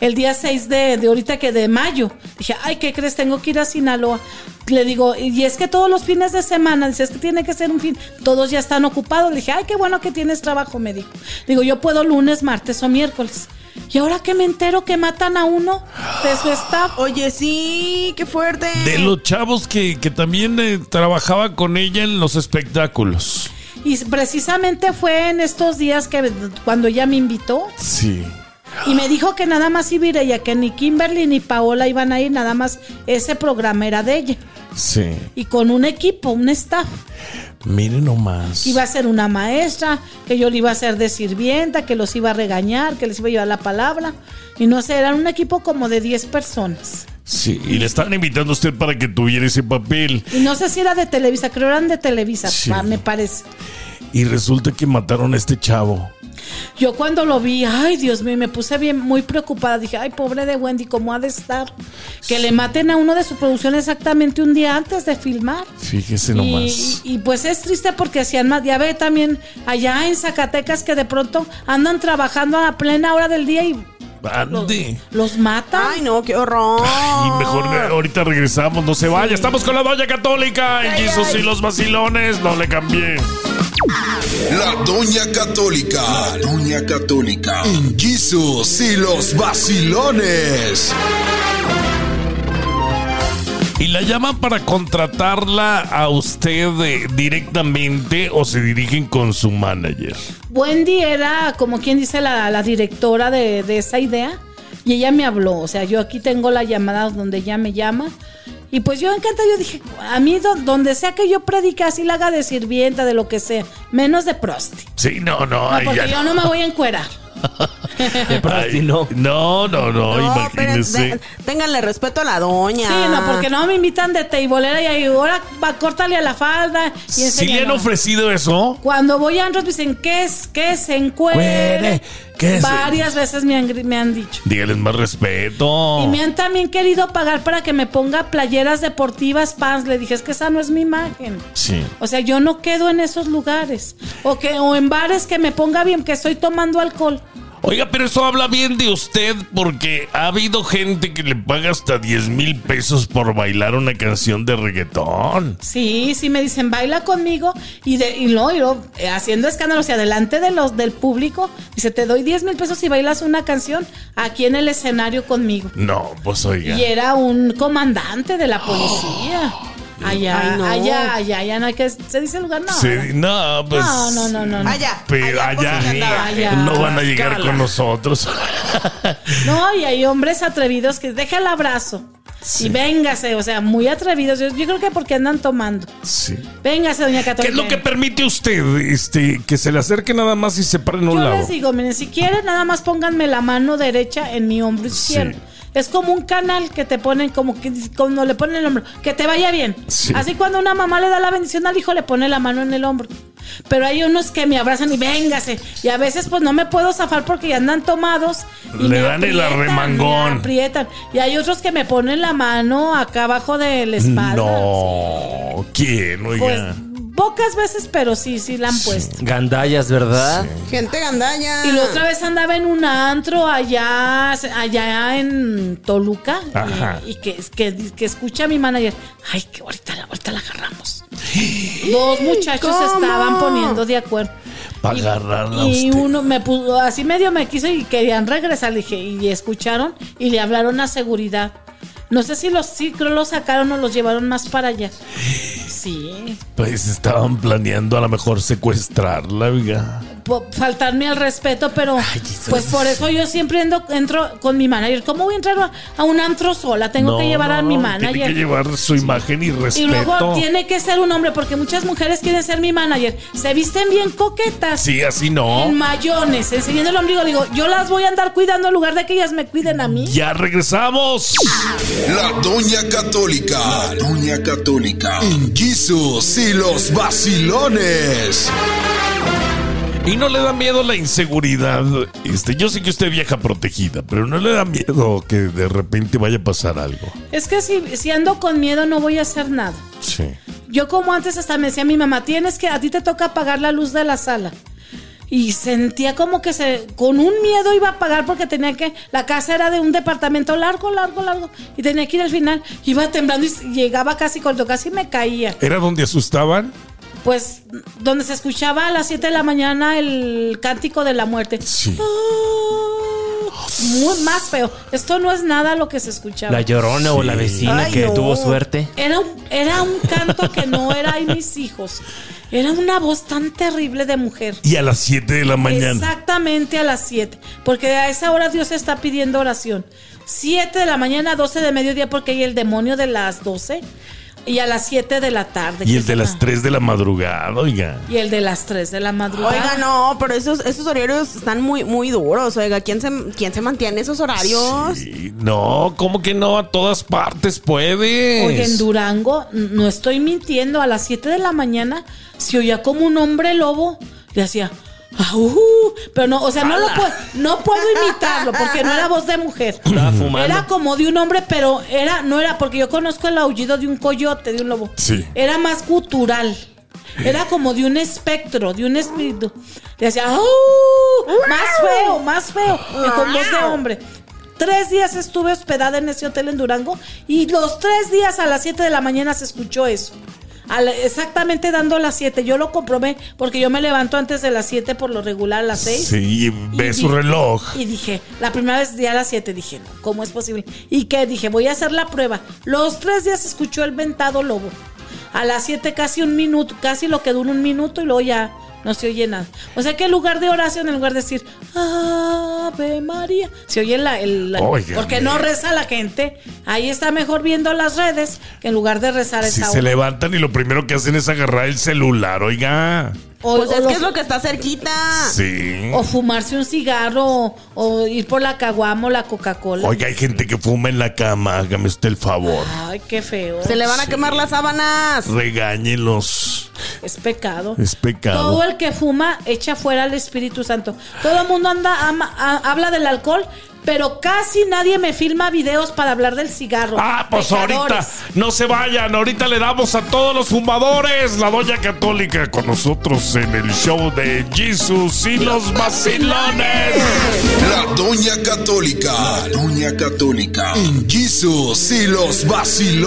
Speaker 6: El día 6 de, de ahorita que de mayo. Dije, ay, ¿qué crees? Tengo que ir a Sinaloa. Le digo, y es que todos los fines de semana, dice, es que tiene que ser un fin, todos ya están ocupados. Le dije, ay, qué bueno que tienes trabajo, me dijo. Digo, yo puedo lunes, martes o miércoles. Y ahora que me entero que matan a uno de su staff.
Speaker 2: Oye, sí, qué fuerte.
Speaker 1: De los chavos que, que también eh, trabajaba con ella en los espectáculos.
Speaker 6: Y precisamente fue en estos días que cuando ella me invitó.
Speaker 1: Sí.
Speaker 6: Y me dijo que nada más Ibireya, que ni Kimberly ni Paola iban a ir, nada más ese programa era de ella.
Speaker 1: Sí.
Speaker 6: Y con un equipo, un staff.
Speaker 1: Miren nomás.
Speaker 6: Que iba a ser una maestra, que yo le iba a hacer de sirvienta, que los iba a regañar, que les iba a llevar la palabra. Y no sé, eran un equipo como de 10 personas.
Speaker 1: Sí. Y le estaban invitando a usted para que tuviera ese papel.
Speaker 6: Y no sé si era de Televisa, creo eran de Televisa,
Speaker 1: Sí.
Speaker 6: pa- me parece.
Speaker 1: Y resulta que mataron a este chavo.
Speaker 6: Yo cuando lo vi, ay Dios mío, me puse bien muy preocupada. Dije, ay pobre de Wendy, ¿cómo ha de estar? Que le maten a uno de su producción exactamente un día antes de filmar.
Speaker 1: Fíjese
Speaker 6: Y,
Speaker 1: nomás.
Speaker 6: y, pues es triste porque hacían más. Ya ve también allá en Zacatecas que de pronto andan trabajando a plena hora del día y
Speaker 1: Ande.
Speaker 6: los matan.
Speaker 2: Ay, no, qué horror.
Speaker 1: Y mejor
Speaker 6: Ah.
Speaker 1: eh, ahorita regresamos, no se vaya. Estamos con la doña católica en Jesús y los vacilones. No le cambié.
Speaker 4: La Doña Católica. La Doña Católica. En Jesus y los vacilones.
Speaker 1: Y la llaman para contratarla a usted eh, directamente o se dirigen con su manager.
Speaker 6: Wendy era, como quien dice, la, la directora de, de esa idea. Y ella me habló, o sea, yo aquí tengo la llamada donde ella me llama. Y pues yo encanta, yo dije, a mí do- donde sea que yo predique, así la haga de sirvienta, de lo que sea, menos de prosti.
Speaker 1: Sí, no, no,
Speaker 6: No,
Speaker 1: ay,
Speaker 6: porque
Speaker 1: ya
Speaker 6: yo no me voy a encuerar.
Speaker 3: De
Speaker 1: Ay,
Speaker 3: prosti, no.
Speaker 1: no, no, no,
Speaker 2: No, pero
Speaker 1: imagínese.
Speaker 2: de- ténganle respeto a la doña.
Speaker 6: Sí, no, porque no me invitan de teibolera y ahí, ahora va, córtale a la falda. Y
Speaker 1: Si
Speaker 6: enséñale.
Speaker 1: le han ofrecido eso,
Speaker 6: Cuando voy a antros me dicen, ¿qué es? ¿Qué se encuere?
Speaker 1: Cuere, ¿qué se-
Speaker 6: Varias veces me han, gri- me han dicho.
Speaker 1: dígales más respeto.
Speaker 6: Y me han también querido pagar para que me ponga playeras deportivas, pants. Le dije, es que esa no es mi imagen.
Speaker 1: Sí.
Speaker 6: O sea, yo no quedo en esos lugares. O, que, o en bares que me ponga bien, que estoy tomando alcohol.
Speaker 1: Oiga, pero eso habla bien de usted porque ha habido gente que le paga hasta 10 mil pesos por bailar una canción de reggaetón.
Speaker 6: Sí, sí, me dicen, baila conmigo. Y, de, y no, y luego, eh, haciendo escándalos y adelante de los, del público, dice, te doy 10 mil pesos si bailas una canción aquí en el escenario conmigo.
Speaker 1: No, pues oiga.
Speaker 6: Y era un comandante de la
Speaker 1: [gasps]
Speaker 6: policía. Allá,
Speaker 2: Ay, no.
Speaker 6: allá, allá, allá, no hay que- ¿se dice el lugar? No.
Speaker 1: Sí, no, pues.
Speaker 6: No, no, no, no, no.
Speaker 2: Allá.
Speaker 1: Pero allá,
Speaker 2: por si le andaba.
Speaker 6: allá.
Speaker 1: no van a llegar
Speaker 3: Tlaxcala.
Speaker 1: con nosotros. [laughs]
Speaker 6: No, y hay hombres atrevidos que deja el abrazo. Y véngase, o sea, muy atrevidos. Yo, yo creo que porque andan tomando.
Speaker 1: Sí.
Speaker 6: Véngase, doña
Speaker 1: ¿Qué
Speaker 6: Católica.
Speaker 1: es lo que permite usted? Este, que se le acerque nada más y se pare en un
Speaker 6: Yo
Speaker 1: lado.
Speaker 6: les digo, miren, si quieren, nada más pónganme la mano derecha en mi hombro izquierdo. Es como un canal que te ponen, como que cuando le ponen el hombro, que te vaya bien.
Speaker 1: Sí.
Speaker 6: Así cuando una mamá le da la bendición al hijo, le pone la mano en el hombro. Pero hay unos que me abrazan y véngase. Y a veces, pues no me puedo zafar porque ya andan tomados. y
Speaker 1: Le
Speaker 6: me
Speaker 1: dan el
Speaker 6: aprietan,
Speaker 1: arremangón.
Speaker 6: me aprietan. Y hay otros que me ponen la mano acá abajo de la espalda.
Speaker 1: No, ¿quién?
Speaker 6: Pues
Speaker 1: Oiga.
Speaker 6: pocas veces, pero sí, sí la han puesto.
Speaker 3: Gandallas, ¿verdad?
Speaker 2: Gente gandalla.
Speaker 6: Y la otra vez andaba en un antro allá, allá en Toluca
Speaker 1: Ajá.
Speaker 6: y, y que, que, que escucha a mi manager, ay, que ahorita, la- ahorita la agarramos. Dos muchachos se
Speaker 2: ¿Cómo?
Speaker 6: estaban poniendo de acuerdo.
Speaker 1: Para
Speaker 6: Y-
Speaker 1: agarrarla a
Speaker 6: Y
Speaker 1: usted.
Speaker 6: uno me puso, así medio me quiso y querían regresar. Le dije, y escucharon y le hablaron a seguridad. No sé si los sí, creo los sacaron o los llevaron más para allá. Sí.
Speaker 1: Pues estaban planeando a lo mejor secuestrarla, oiga.
Speaker 6: po- faltarme al respeto, pero pues por eso yo siempre ando- entro con mi manager. ¿Cómo voy a entrar a, a un antro sola? Tengo
Speaker 1: No,
Speaker 6: que llevar
Speaker 1: no,
Speaker 6: a mi
Speaker 1: no, Tiene que
Speaker 6: manager.
Speaker 1: llevar su imagen y respeto.
Speaker 6: Y luego tiene que ser un hombre, porque muchas mujeres quieren ser mi manager. Se visten bien coquetas.
Speaker 1: Sí, así no.
Speaker 6: En mayones, enseñando el ombligo, le digo, yo las voy a andar cuidando en lugar de que ellas me cuiden a mí.
Speaker 1: Ya regresamos.
Speaker 4: La Doña Católica. La Doña Católica. En Jesus y los vacilones.
Speaker 1: Y no le da miedo la inseguridad. Este, yo sé que usted viaja protegida, pero no le da miedo que de repente vaya a pasar algo.
Speaker 6: Es que si, si ando con miedo no voy a hacer nada.
Speaker 1: Sí.
Speaker 6: Yo como antes hasta me decía mi mamá, tienes que, a ti te toca apagar la luz de la sala. Y sentía como que se, con un miedo iba a apagar porque tenía que, la casa era de un departamento largo, largo, largo. Y tenía que ir al final. Iba temblando y s- llegaba casi cuando casi me caía.
Speaker 1: ¿Era donde asustaban?
Speaker 6: Pues donde se escuchaba a las 7 de la mañana el cántico de la muerte.
Speaker 1: Sí.
Speaker 6: Ah, muy- más feo. Esto no es nada lo que se escuchaba.
Speaker 3: La llorona o la vecina
Speaker 2: Ay,
Speaker 3: que
Speaker 2: no.
Speaker 3: tuvo suerte.
Speaker 6: Era un, era un canto que no era de mis hijos. Era una voz tan terrible de mujer.
Speaker 1: Y a las 7 de la mañana.
Speaker 6: Exactamente a las 7. Porque a esa hora Dios está pidiendo oración. 7 de la mañana, 12 de mediodía, porque hay el demonio de las 12. Y a las 7 de la tarde.
Speaker 1: Y
Speaker 6: que
Speaker 1: el de
Speaker 6: es
Speaker 1: las
Speaker 6: una-
Speaker 1: 3 de la madrugada, oiga.
Speaker 6: Y el de las 3 de la madrugada.
Speaker 2: Oiga, no, pero esos, esos horarios están muy, muy duros. Oiga, ¿quién se, quién se mantiene esos horarios?
Speaker 1: Sí, no, ¿cómo que no? A todas partes puedes.
Speaker 6: Oye, en Durango, n- no estoy mintiendo, a las 7 de la mañana se oía como un hombre lobo le hacía, "Au". pero no, o sea, no lo puedo, no puedo imitarlo porque no era voz de mujer.
Speaker 3: Estaba fumando.
Speaker 6: Era como de un hombre, pero era no era porque yo conozco el aullido de un coyote, de un lobo.
Speaker 1: Sí.
Speaker 6: Era más gutural. Era como de un espectro, de un espíritu. Le hacía, "Au". más feo, más feo, y con voz de hombre. Tres días estuve hospedada en ese hotel en Durango y los tres días a las 7 de la mañana se escuchó eso. A la- exactamente dando las 7. Yo lo comprobé porque yo me levanto antes de las 7 por lo regular a las 6.
Speaker 1: Sí, y ve
Speaker 6: Y
Speaker 1: su
Speaker 6: di-
Speaker 1: reloj.
Speaker 6: Y dije, la primera vez día a las 7 dije, no, ¿cómo es posible? Y que dije, voy a hacer la prueba. Los tres días escuchó el ventado lobo. A las 7 casi un minuto, casi lo que dura un minuto y luego ya no se oye nada. O sea que en lugar de oración, en lugar de decir, Ave María, se oye la... el- la-
Speaker 1: Óigame.
Speaker 6: porque no reza la gente. Ahí está mejor viendo las redes que en lugar de rezar a
Speaker 1: Si
Speaker 6: esa
Speaker 1: se
Speaker 6: hora.
Speaker 1: levantan y lo primero que hacen es agarrar el celular, oiga.
Speaker 6: O-
Speaker 2: Pues
Speaker 6: o
Speaker 2: es que
Speaker 6: los-
Speaker 2: es lo que está cerquita.
Speaker 6: Ah.
Speaker 1: Sí.
Speaker 6: o fumarse un cigarro o, o ir por la caguamo, la Coca-Cola.
Speaker 1: Oiga, hay gente que fuma en la cama, hágame usted el favor.
Speaker 6: Ay, qué feo.
Speaker 2: Se le van a quemar las sábanas.
Speaker 1: Regáñelos.
Speaker 6: Es pecado.
Speaker 1: Es pecado.
Speaker 6: Todo el que fuma echa fuera al Espíritu Santo. Todo el mundo anda ama- a- habla del alcohol, pero casi nadie me filma videos para hablar del cigarro.
Speaker 1: Ah, pues ahorita,
Speaker 6: Pecadores.
Speaker 1: no se vayan, ahorita le damos a todos los fumadores la doña católica con nosotros en el show de Jesus y los vacilones.
Speaker 4: La Doña Católica. La Doña Católica. En Jesus y los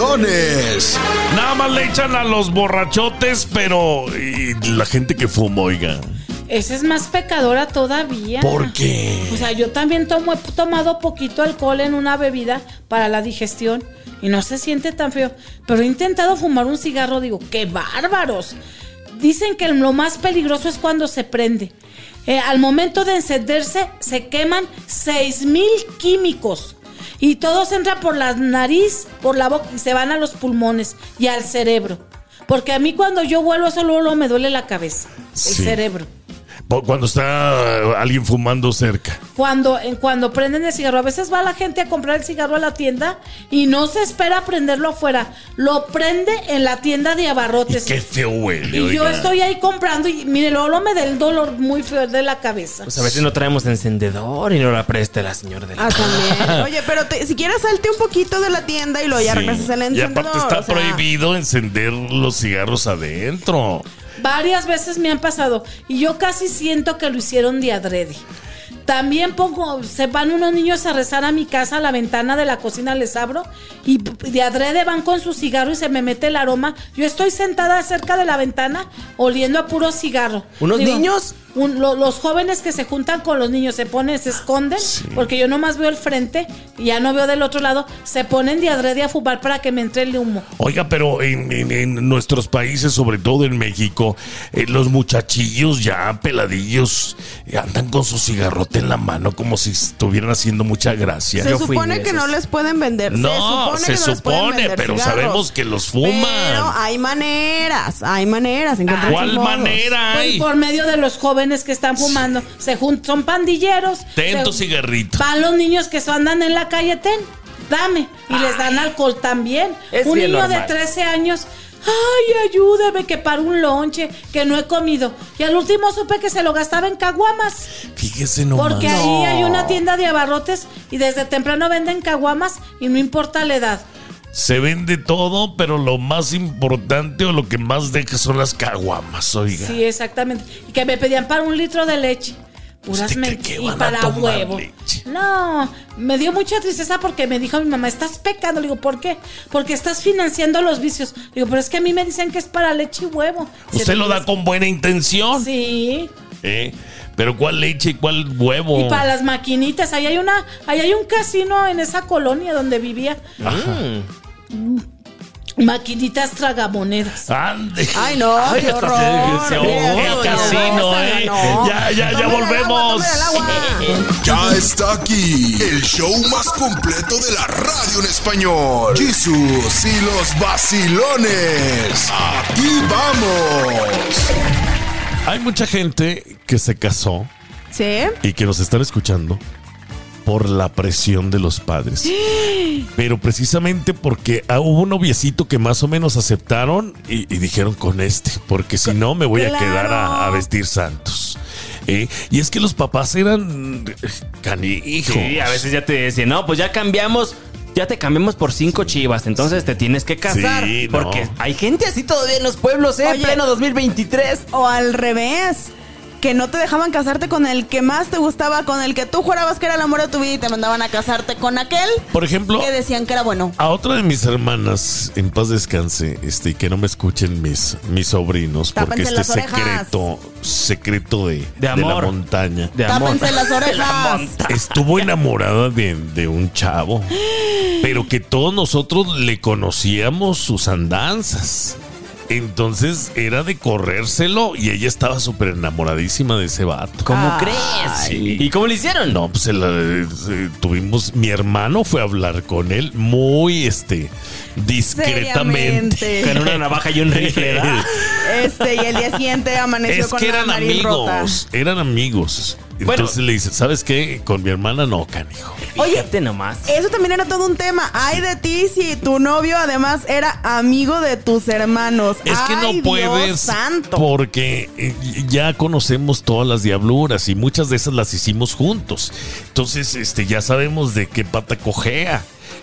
Speaker 4: vacilones.
Speaker 1: Nada más le echan a los borrachotes, pero y la gente que fuma, oiga.
Speaker 6: Esa es más pecadora todavía.
Speaker 1: ¿Por qué?
Speaker 6: O sea, yo también tomo, he tomado poquito alcohol en una bebida para la digestión y no se siente tan feo. Pero he intentado fumar un cigarro, digo, ¡qué bárbaros! Dicen que lo más peligroso es cuando se prende. Eh, al momento de encenderse, se queman 6000 químicos. Y todos entran por la nariz, por la boca y se van a los pulmones y al cerebro. Porque a mí cuando yo vuelvo eso luego, luego me duele la cabeza, el
Speaker 1: Sí.
Speaker 6: cerebro.
Speaker 1: Po- Cuando está eh, alguien fumando cerca.
Speaker 6: Cuando, en, cuando prenden el cigarro, a veces va la gente a comprar el cigarro a la tienda y no se espera prenderlo afuera. Lo prende en la tienda de
Speaker 1: Y
Speaker 2: Pues
Speaker 6: abarrotes.
Speaker 1: qué feo huele,
Speaker 6: Y yo
Speaker 1: oiga.
Speaker 6: estoy ahí comprando y mire, luego luego me da el dolor muy feo de la cabeza.
Speaker 3: Pues a veces no traemos encendedor y no la presta la señora de la
Speaker 2: Ah, también. Oye, pero te- si quieres salte un poquito de la tienda y luego ya
Speaker 1: Sí.
Speaker 2: regresas al
Speaker 1: Y
Speaker 2: encendedor.
Speaker 1: aparte está
Speaker 2: o sea.
Speaker 1: prohibido encender los cigarros adentro.
Speaker 6: Varias veces me han pasado y yo casi siento que lo hicieron de adrede. También pongo, se van unos niños a rezar a mi casa, a la ventana de la cocina les abro y p- de adrede van con su cigarro y se me mete el aroma. Yo estoy sentada cerca de la ventana oliendo a puro cigarro.
Speaker 3: ¿Unos
Speaker 6: Digo,
Speaker 3: niños?
Speaker 6: un- lo- los jóvenes que se juntan con los niños se ponen, se esconden, porque yo nomás veo el frente y ya no veo del otro lado, se ponen de adrede a fumar para que me entre el humo.
Speaker 1: Oiga, pero en, en- en nuestros países, sobre todo en México, eh, los muchachillos ya peladillos eh, andan con su cigarrote en la mano como si estuvieran haciendo mucha gracia.
Speaker 2: Se
Speaker 3: Yo fui
Speaker 2: supone
Speaker 3: de
Speaker 2: que no
Speaker 3: esos.
Speaker 2: les pueden vender.
Speaker 1: No, se
Speaker 2: que no les pueden
Speaker 1: supone,
Speaker 2: vender
Speaker 1: pero
Speaker 2: cigarros.
Speaker 1: sabemos que los fuman.
Speaker 2: Pero hay maneras, hay maneras. encontramos
Speaker 1: ¿Cuál
Speaker 2: modos.
Speaker 1: manera
Speaker 2: Pues
Speaker 1: hay?
Speaker 6: Pues Por medio de los jóvenes que están fumando, se jun- son pandilleros.
Speaker 1: Ten tu
Speaker 6: se-
Speaker 1: cigarrito.
Speaker 6: Van los niños que so- andan en la calle, ten, dame. Y les dan alcohol también.
Speaker 3: Es
Speaker 6: un
Speaker 3: bien
Speaker 6: niño
Speaker 3: normal.
Speaker 6: de 13 años. Ay, ayúdame que para un lonche que no he comido. Y al último supe que se lo gastaba en caguamas.
Speaker 1: Fíjese nomás.
Speaker 6: porque ahí hay una tienda de abarrotes y desde temprano venden caguamas y no importa la edad.
Speaker 1: Se vende todo, pero lo más importante o lo que más deja son las caguamas, oiga.
Speaker 6: Sí, exactamente. Y que me pedían para un litro de leche. Puras
Speaker 1: ¿Usted cree
Speaker 6: mentiras.
Speaker 1: que
Speaker 6: Y
Speaker 1: van a
Speaker 6: para
Speaker 1: tomar
Speaker 6: huevo.
Speaker 1: leche?
Speaker 6: No, me dio mucha tristeza porque me dijo mi mamá, estás pecando. Le digo, ¿por qué? Porque estás financiando los vicios. Le digo, pero es que a mí me dicen que es para leche y huevo.
Speaker 1: Usted lo da con buena intención,
Speaker 6: Sí.
Speaker 1: ¿eh? Pero ¿cuál leche y cuál huevo?
Speaker 6: Y para las maquinitas, ahí hay una, ahí hay un casino en esa colonia donde vivía. Maquinitas tragamonedas.
Speaker 1: Ande.
Speaker 2: Ay, no,
Speaker 3: Ay,
Speaker 2: qué
Speaker 3: hasta
Speaker 2: horror.
Speaker 3: se- se
Speaker 2: Mira,
Speaker 3: ahogó
Speaker 2: no,
Speaker 1: el casino,
Speaker 2: no,
Speaker 1: ¿eh?
Speaker 2: no.
Speaker 1: Ya, ya, ya
Speaker 2: Tómale el agua,
Speaker 1: volvemos.
Speaker 2: tómale el agua.
Speaker 4: Ya está aquí el show más completo de la radio en español. Jesús y los vacilones. Aquí vamos.
Speaker 1: Hay mucha gente que se casó
Speaker 2: Sí,
Speaker 1: y que nos están escuchando por la presión de
Speaker 2: [gasps]
Speaker 1: los padres. Pero precisamente porque ah, hubo un noviecito que más o menos aceptaron y, y dijeron con este, porque si no me voy a
Speaker 2: Claro.
Speaker 1: quedar a, a vestir santos. ¿Eh? Y es que los papás eran eh, canijos.
Speaker 3: Sí, a veces ya te dicen, no, pues ya cambiamos. Ya te cambiamos por cinco chivas, entonces te tienes que casar.
Speaker 1: Sí, no.
Speaker 3: porque hay gente así todavía en los pueblos, ¿eh?
Speaker 2: Oye.
Speaker 3: Pleno 2023.
Speaker 2: o al revés. Que no te dejaban casarte con el que más te gustaba, con el que tú jurabas que era el amor de tu vida y te mandaban a casarte con aquel
Speaker 1: Por ejemplo,
Speaker 2: que decían que era bueno.
Speaker 1: a otra de mis hermanas, en paz descanse, este, y que no me escuchen mis, mis sobrinos,
Speaker 2: Tápense
Speaker 1: porque este
Speaker 2: las orejas.
Speaker 1: secreto, secreto de, de la
Speaker 3: amor.
Speaker 1: montaña.
Speaker 3: [laughs] De amor.
Speaker 2: Tápense las orejas.
Speaker 1: Estuvo enamorada de, de un chavo, pero que todos nosotros le conocíamos sus andanzas. Entonces era de corrérselo y ella estaba súper enamoradísima de ese vato.
Speaker 3: ¿Cómo
Speaker 2: Ay.
Speaker 3: crees?
Speaker 1: Sí.
Speaker 3: ¿Y cómo le hicieron?
Speaker 1: No, pues se la- eh, tuvimos. Mi hermano fue a hablar con él muy, este, discretamente.
Speaker 2: Seriamente. [laughs]
Speaker 3: Con una navaja y un rifle, [laughs] ¿verdad?
Speaker 2: Este, y el día siguiente amaneció
Speaker 1: es
Speaker 2: con
Speaker 1: que
Speaker 2: la
Speaker 1: eran
Speaker 2: nariz
Speaker 1: amigos,
Speaker 2: rota.
Speaker 1: eran amigos.
Speaker 3: Bueno.
Speaker 1: Entonces le dice, ¿sabes qué? Con mi hermana no, canijo.
Speaker 2: [laughs] Oye.
Speaker 3: Fíjate nomás.
Speaker 2: Eso también era todo un tema. Ay de ti si tu novio además era amigo de tus hermanos.
Speaker 1: Es que
Speaker 2: Ay,
Speaker 1: no puedes
Speaker 2: Dios santo.
Speaker 1: porque eh, ya conocemos todas las diabluras y muchas de esas las hicimos juntos. Entonces, este ya sabemos de qué pata cojea.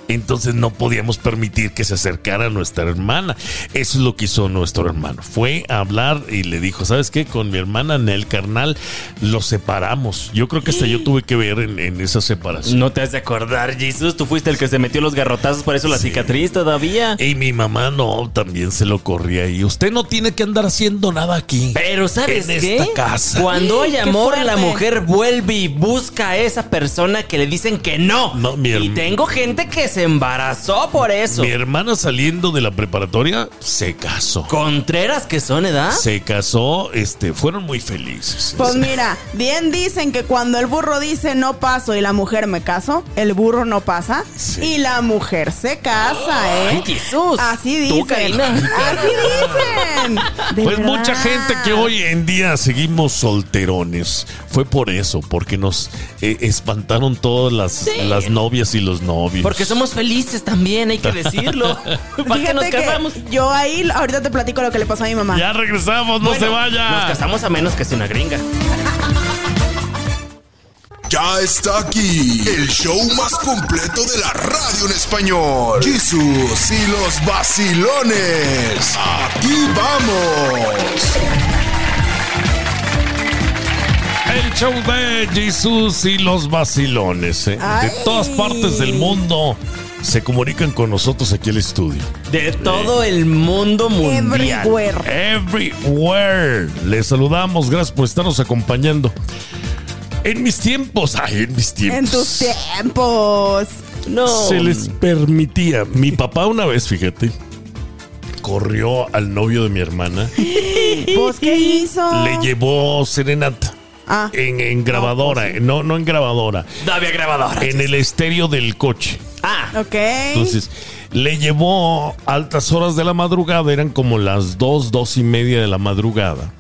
Speaker 1: Entonces no podíamos permitir que se acercara nuestra hermana. Eso es lo que hizo nuestro hermano. Fue a hablar y le dijo, ¿sabes qué? Con mi hermana Nel Carnal los separamos. Yo creo que
Speaker 2: [gasps]
Speaker 1: hasta yo tuve que ver en, en esa separación.
Speaker 3: No te has de acordar, Jesús. Tú fuiste el que se metió los garrotazos, por eso la cicatriz todavía.
Speaker 1: Y mi mamá no, también se lo corría ahí. Usted no tiene que andar haciendo nada aquí.
Speaker 3: Pero ¿sabes
Speaker 1: En
Speaker 3: qué?
Speaker 1: esta casa.
Speaker 3: Cuando hay
Speaker 2: ¡Qué
Speaker 3: amor,
Speaker 2: fuerte!
Speaker 3: la mujer vuelve y busca a esa persona que le dicen que no.
Speaker 1: No, mi
Speaker 3: y
Speaker 1: herm-
Speaker 3: tengo gente que se embarazó por eso.
Speaker 1: Mi hermana saliendo de la preparatoria se casó.
Speaker 3: Contreras que son, ¿eh? ¿Ah? ¿edad?
Speaker 1: Se casó, este, fueron muy felices.
Speaker 2: Pues mira, bien dicen que cuando el burro dice no paso y la mujer me caso, el burro no pasa
Speaker 1: Sí.
Speaker 2: y la mujer se casa, ¿eh?
Speaker 3: Ay, Jesús.
Speaker 2: Así
Speaker 3: Tú,
Speaker 2: dicen.
Speaker 3: Karina.
Speaker 2: Así dicen. De
Speaker 1: Pues
Speaker 2: verdad.
Speaker 1: mucha gente que hoy en día seguimos solterones. Fue por eso, porque nos eh, espantaron todas las, las novias y los novios.
Speaker 3: Porque somos felices también, hay que
Speaker 1: [laughs]
Speaker 3: decirlo. ¿Para qué
Speaker 2: Fíjate
Speaker 3: nos
Speaker 2: que
Speaker 3: casamos?
Speaker 2: yo ahí ahorita te platico lo que le pasó a mi mamá.
Speaker 1: Ya regresamos, no se
Speaker 3: Nos
Speaker 1: vaya.
Speaker 3: casamos a menos que sea una gringa.
Speaker 4: Ya está aquí el show más completo de la radio en español. Jesús y los vacilones. Aquí vamos.
Speaker 1: El show de Jesús y los vacilones. eh, De
Speaker 2: Ay.
Speaker 1: todas partes del mundo. se comunican con nosotros aquí al estudio.
Speaker 3: De todo el mundo mundial.
Speaker 2: Everywhere.
Speaker 1: Everywhere. Les saludamos, gracias por estarnos acompañando. En mis tiempos, ay, en mis tiempos.
Speaker 2: En tus tiempos.
Speaker 3: No.
Speaker 1: se les permitía. Mi papá una vez, fíjate, corrió al novio de mi hermana,
Speaker 2: ¿Pues qué hizo?
Speaker 1: le llevó serenata
Speaker 2: Ah. pues
Speaker 1: en, en grabadora, no, no en grabadora,
Speaker 3: No había grabadora.
Speaker 1: en el estéreo del coche.
Speaker 3: Ah,
Speaker 2: Ok.
Speaker 1: Entonces, le llevó altas horas de la madrugada, eran como las dos, dos y media de la madrugada.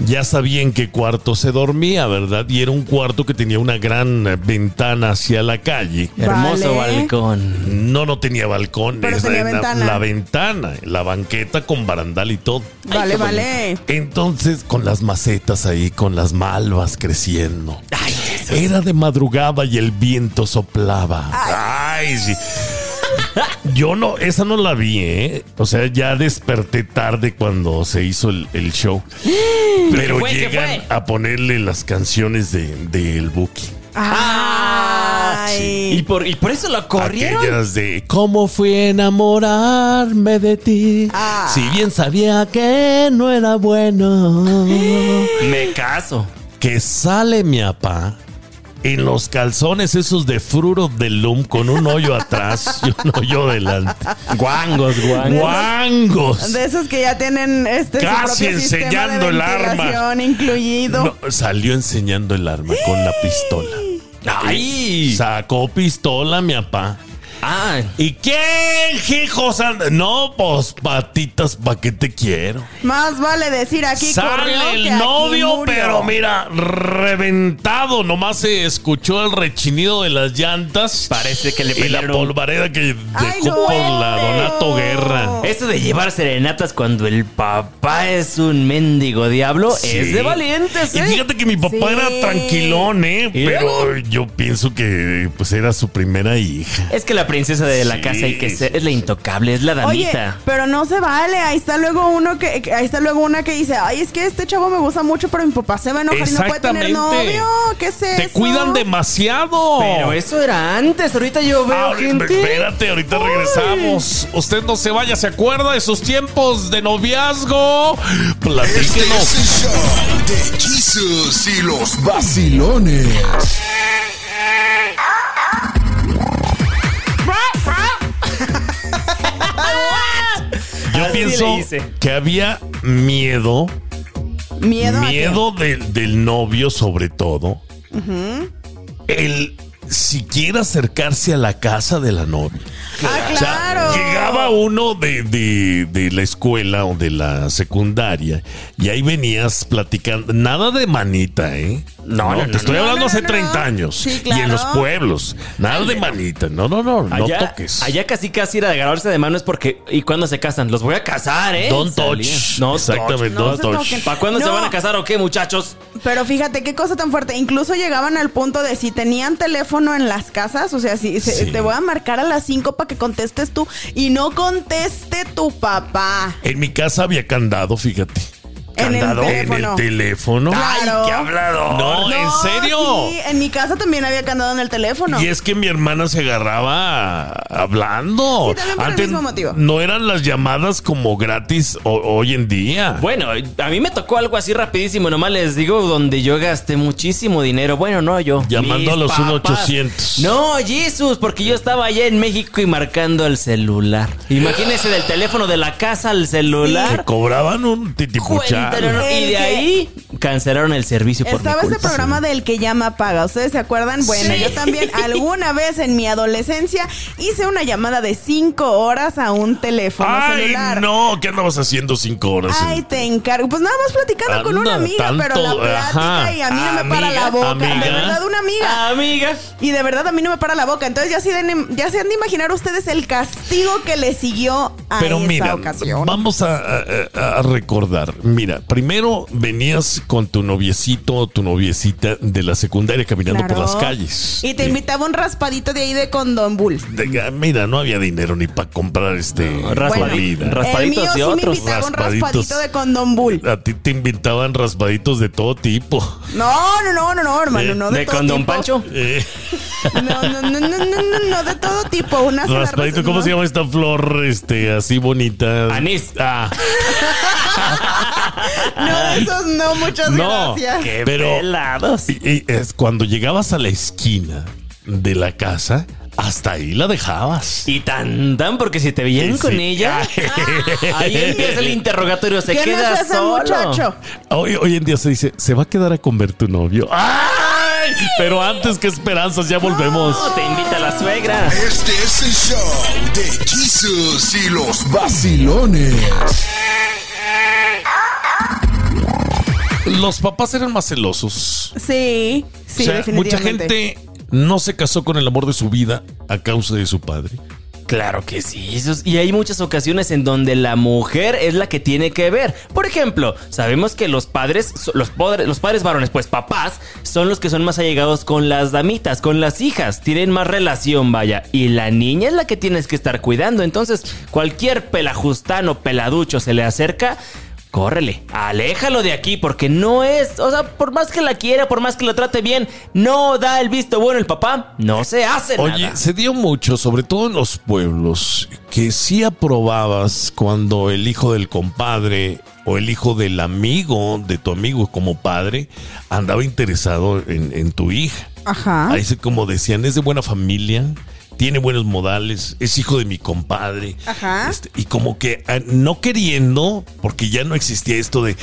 Speaker 1: Ya sabía en qué cuarto se dormía, ¿verdad? Y era un cuarto que tenía una gran eh, ventana hacia la calle.
Speaker 3: hermoso
Speaker 2: Vale.
Speaker 3: balcón.
Speaker 1: No, no tenía balcón.
Speaker 2: Pero
Speaker 1: esa
Speaker 2: tenía
Speaker 1: era
Speaker 2: ventana.
Speaker 1: La ventana, la banqueta con barandal y todo.
Speaker 2: vale, vale.
Speaker 1: Entonces, con las macetas ahí, con las malvas creciendo.
Speaker 3: Ay, Jesús.
Speaker 1: Era de madrugada y el viento soplaba. Ay, sí. [laughs] Yo no, esa no la vi, ¿eh? O sea, ya desperté tarde cuando se hizo el,
Speaker 3: [gasps]
Speaker 1: el show. Pero
Speaker 3: fue? ¿Qué
Speaker 1: llegan
Speaker 3: fue?
Speaker 1: a ponerle las canciones de- del Buki.
Speaker 3: Ah,
Speaker 2: Ay.
Speaker 3: Y por, y por eso lo corrieron.
Speaker 1: Aquellas de ¿Cómo fui a enamorarme de ti?
Speaker 2: Ah.
Speaker 1: Si bien sabía que no
Speaker 3: [gasps]
Speaker 1: era bueno. [gasps]
Speaker 3: Me caso.
Speaker 1: que sale mi papá en los calzones esos de fruro de lum con un hoyo atrás y un hoyo delante.
Speaker 3: Guangos, guangos.
Speaker 1: ¡Guangos!
Speaker 2: De esos que ya tienen este su
Speaker 1: Casi
Speaker 2: propio sistema
Speaker 1: enseñando
Speaker 2: de
Speaker 1: el arma.
Speaker 2: ventilación incluido.
Speaker 1: No, salió enseñando el arma con la pistola.
Speaker 3: Ay.
Speaker 1: Sacó pistola mi papá.
Speaker 3: Ah,
Speaker 1: ¿Y quién, hijos? anda? No, pues patitas, ¿pa' qué te quiero?
Speaker 2: Más vale decir aquí corrió
Speaker 1: Sale
Speaker 2: que
Speaker 1: el
Speaker 2: aquí
Speaker 1: novio,
Speaker 2: murió.
Speaker 1: pero mira, reventado. Nomás se escuchó el rechinido de las llantas.
Speaker 3: Parece que le
Speaker 1: Y la
Speaker 3: pegaron.
Speaker 1: polvareda que
Speaker 2: Ay,
Speaker 1: dejó
Speaker 2: no.
Speaker 1: por la Donato Guerra.
Speaker 3: Eso de llevar serenatas cuando el papá es un mendigo diablo es
Speaker 1: Sí.
Speaker 3: de valientes,
Speaker 1: Y
Speaker 3: ¿eh?
Speaker 1: fíjate que mi
Speaker 2: Sí.
Speaker 1: papá era tranquilón, ¿eh?
Speaker 3: ¿Y
Speaker 1: Pero yo pienso que pues era su primera hija.
Speaker 3: Es que la princesa de la
Speaker 1: Sí,
Speaker 3: casa hay que
Speaker 1: sí,
Speaker 3: ser, es la intocable, es la
Speaker 2: Oye,
Speaker 3: damita.
Speaker 2: pero no se vale. Ahí está luego uno que, que- ahí está luego una que dice, ay, es que este chavo me gusta mucho, pero mi papá se va a enojar y no puede tener
Speaker 1: Exactamente.
Speaker 2: novio. ¿Qué es eso?
Speaker 1: Te cuidan demasiado.
Speaker 3: Pero eso era antes, ahorita yo veo
Speaker 1: Ah,
Speaker 3: gente.
Speaker 1: espérate, ahorita regresamos. Usted no se vaya, ¿se acuerda de sus tiempos de noviazgo?
Speaker 4: Este
Speaker 1: Platíquenos.
Speaker 4: es el show de Jesús y los vacilones.
Speaker 1: Yo
Speaker 3: Así le
Speaker 1: pienso
Speaker 3: hice.
Speaker 1: que había miedo,
Speaker 2: Miedo. a que-
Speaker 1: miedo del, del novio sobre todo. El siquiera acercarse a la casa de la novia.
Speaker 2: Ah,
Speaker 1: O sea,
Speaker 2: claro.
Speaker 1: llegaba uno de, de- de la escuela o de la secundaria y ahí venías platicando. Nada de manita, ¿eh?
Speaker 3: No, no, no,
Speaker 1: te
Speaker 3: no.
Speaker 1: estoy hablando
Speaker 2: No, no,
Speaker 1: hace
Speaker 2: no,
Speaker 1: 30
Speaker 2: no.
Speaker 1: años.
Speaker 2: Sí,
Speaker 1: Y en los
Speaker 2: claro.
Speaker 1: pueblos. Nada de manita. No, no, no. No
Speaker 3: allá,
Speaker 1: toques.
Speaker 3: allá casi casi era de agarrarse de mano es porque. ¿Y cuándo se casan? Los voy a casar, ¿eh?
Speaker 1: Don't
Speaker 3: Salía.
Speaker 1: touch.
Speaker 3: No,
Speaker 1: Exactamente,
Speaker 2: No
Speaker 1: don't
Speaker 2: se
Speaker 1: touch.
Speaker 2: toquen.
Speaker 3: ¿Para cuándo se
Speaker 2: No.
Speaker 3: van a casar o qué, muchachos?
Speaker 2: Pero fíjate qué cosa tan fuerte. Incluso llegaban al punto de si tenían teléfono en las casas, o sea, si se-
Speaker 1: Sí.
Speaker 2: te voy a marcar a las 5 para que contestes tú y no conteste tu papá.
Speaker 1: En mi casa había candado, fíjate.
Speaker 2: En el
Speaker 1: Candado en
Speaker 2: teléfono.
Speaker 1: el teléfono.
Speaker 2: Claro.
Speaker 1: Ay, qué hablador. No, en
Speaker 2: No,
Speaker 1: serio.
Speaker 2: sí, en mi casa también había candado en el teléfono.
Speaker 1: Y es que mi hermana se agarraba hablando.
Speaker 2: Sí, también por el mismo motivo.
Speaker 1: no eran las llamadas como gratis ho- hoy en día.
Speaker 3: Bueno, a mí me tocó algo así rapidísimo, nomás les digo donde yo gasté muchísimo dinero. Bueno, no yo.
Speaker 1: Llamando a los
Speaker 3: papás.
Speaker 1: 1-800.
Speaker 3: No, Jesus, porque yo estaba allá en México y marcando el celular. Imagínense del teléfono de la casa al
Speaker 1: Te
Speaker 3: celular.
Speaker 1: cobraban un
Speaker 3: Cuéntalo, ¿no?
Speaker 1: titipuchal.
Speaker 3: Y
Speaker 2: El
Speaker 3: de
Speaker 2: que-
Speaker 3: ahí cancelaron el servicio por
Speaker 2: Estaba
Speaker 3: mi
Speaker 2: este
Speaker 3: culpa.
Speaker 2: programa del que llama paga. ¿Ustedes se acuerdan? Bueno, yo
Speaker 1: [laughs]
Speaker 2: también alguna vez en mi adolescencia hice una llamada de cinco horas a un teléfono
Speaker 1: Ay,
Speaker 2: celular.
Speaker 1: no, ¿qué andabas haciendo cinco horas? en-
Speaker 2: Ay, te encargo. Pues nada más platicando con una
Speaker 1: Anda,
Speaker 2: amiga,
Speaker 1: tanto,
Speaker 2: pero la plática
Speaker 1: ajá.
Speaker 2: y a mí no me para
Speaker 3: Amiga,
Speaker 2: la boca. De
Speaker 1: amiga.
Speaker 2: verdad, una amiga.
Speaker 3: Amiga.
Speaker 2: Y de verdad a mí no me para la boca. Entonces ya se, den- ya se han de imaginar ustedes el castigo que le siguió a
Speaker 1: Pero
Speaker 2: esa
Speaker 1: mira,
Speaker 2: ocasión.
Speaker 1: vamos a, a- a- a recordar. Mira, mira, primero venías con tu noviecito o tu noviecita de la secundaria caminando
Speaker 2: Claro.
Speaker 1: por las calles.
Speaker 2: Y te
Speaker 1: Eh,
Speaker 2: invitaba un raspadito de ahí de condón bull.
Speaker 1: de- mira, no había dinero ni para comprar este
Speaker 3: raspadito.
Speaker 1: comida.
Speaker 3: Ras- Raspaditos
Speaker 2: el mío
Speaker 3: y
Speaker 2: sí
Speaker 3: otros
Speaker 2: me invitaba un
Speaker 1: raspaditos.
Speaker 2: raspadito de condón bull.
Speaker 1: A ti te invitaban raspaditos de todo tipo. [laughs]
Speaker 2: No, no, no, no, no, hermano,
Speaker 1: Eh,
Speaker 2: no de,
Speaker 3: ¿De
Speaker 2: todo
Speaker 3: condón
Speaker 2: tipo.
Speaker 3: pancho?
Speaker 1: Eh,
Speaker 2: No, no, no, no, no, no, no, de todo tipo. Una sola
Speaker 1: raspadito,
Speaker 2: ras-
Speaker 1: ¿cómo
Speaker 2: no.
Speaker 1: se llama esta flor este así bonita?
Speaker 3: Anís.
Speaker 1: Ah,
Speaker 2: No, de esos no, muchas
Speaker 1: No,
Speaker 2: [laughs] gracias.
Speaker 1: qué Pero-
Speaker 3: Pelados.
Speaker 1: y- y es cuando llegabas a la esquina de la casa, hasta ahí la dejabas.
Speaker 3: Y tan tan, porque si te veían
Speaker 1: Sí,
Speaker 3: con
Speaker 1: sí. [laughs]
Speaker 3: ella, ahí empieza el interrogatorio, se
Speaker 2: ¿Quién
Speaker 3: queda
Speaker 2: es ese
Speaker 3: solo.
Speaker 2: muchacho?
Speaker 1: Hoy, hoy en día se dice, se va a quedar a comer tu novio. ¡Ay! Pero antes que esperanzas, ya volvemos.
Speaker 3: No, te invita la suegra.
Speaker 4: Este es el show de Jesus y los vacilones.
Speaker 1: Los papás eran más celosos.
Speaker 2: Sí, sí,
Speaker 1: O sea, mucha
Speaker 2: definitivamente.
Speaker 1: gente no se casó con el amor de su vida a causa de su padre.
Speaker 3: Claro que sí. eso es- y hay muchas ocasiones en donde la mujer es la que tiene que ver. Por ejemplo, sabemos que los padres, so- los padres, los padres varones, pues papás, son los que son más allegados con las damitas, con las hijas. Tienen más relación, vaya. Y la niña es la que tienes que estar cuidando. Entonces, cualquier pelajustano, peladucho se le acerca. Córrele, aléjalo de aquí porque no es, o sea, por más que la quiera, por más que la trate bien, no da el visto bueno el papá, no se hace
Speaker 1: Oye,
Speaker 3: nada.
Speaker 1: se dio mucho, sobre todo en los pueblos, que sí aprobabas cuando el hijo del compadre o el hijo del amigo de tu amigo como padre andaba interesado en, en tu hija.
Speaker 2: Ajá.
Speaker 1: Ahí se como decían, es de buena familia, tiene buenos modales, es hijo de mi compadre.
Speaker 2: Ajá.
Speaker 1: Este, y como que ah, no queriendo, porque ya no existía esto de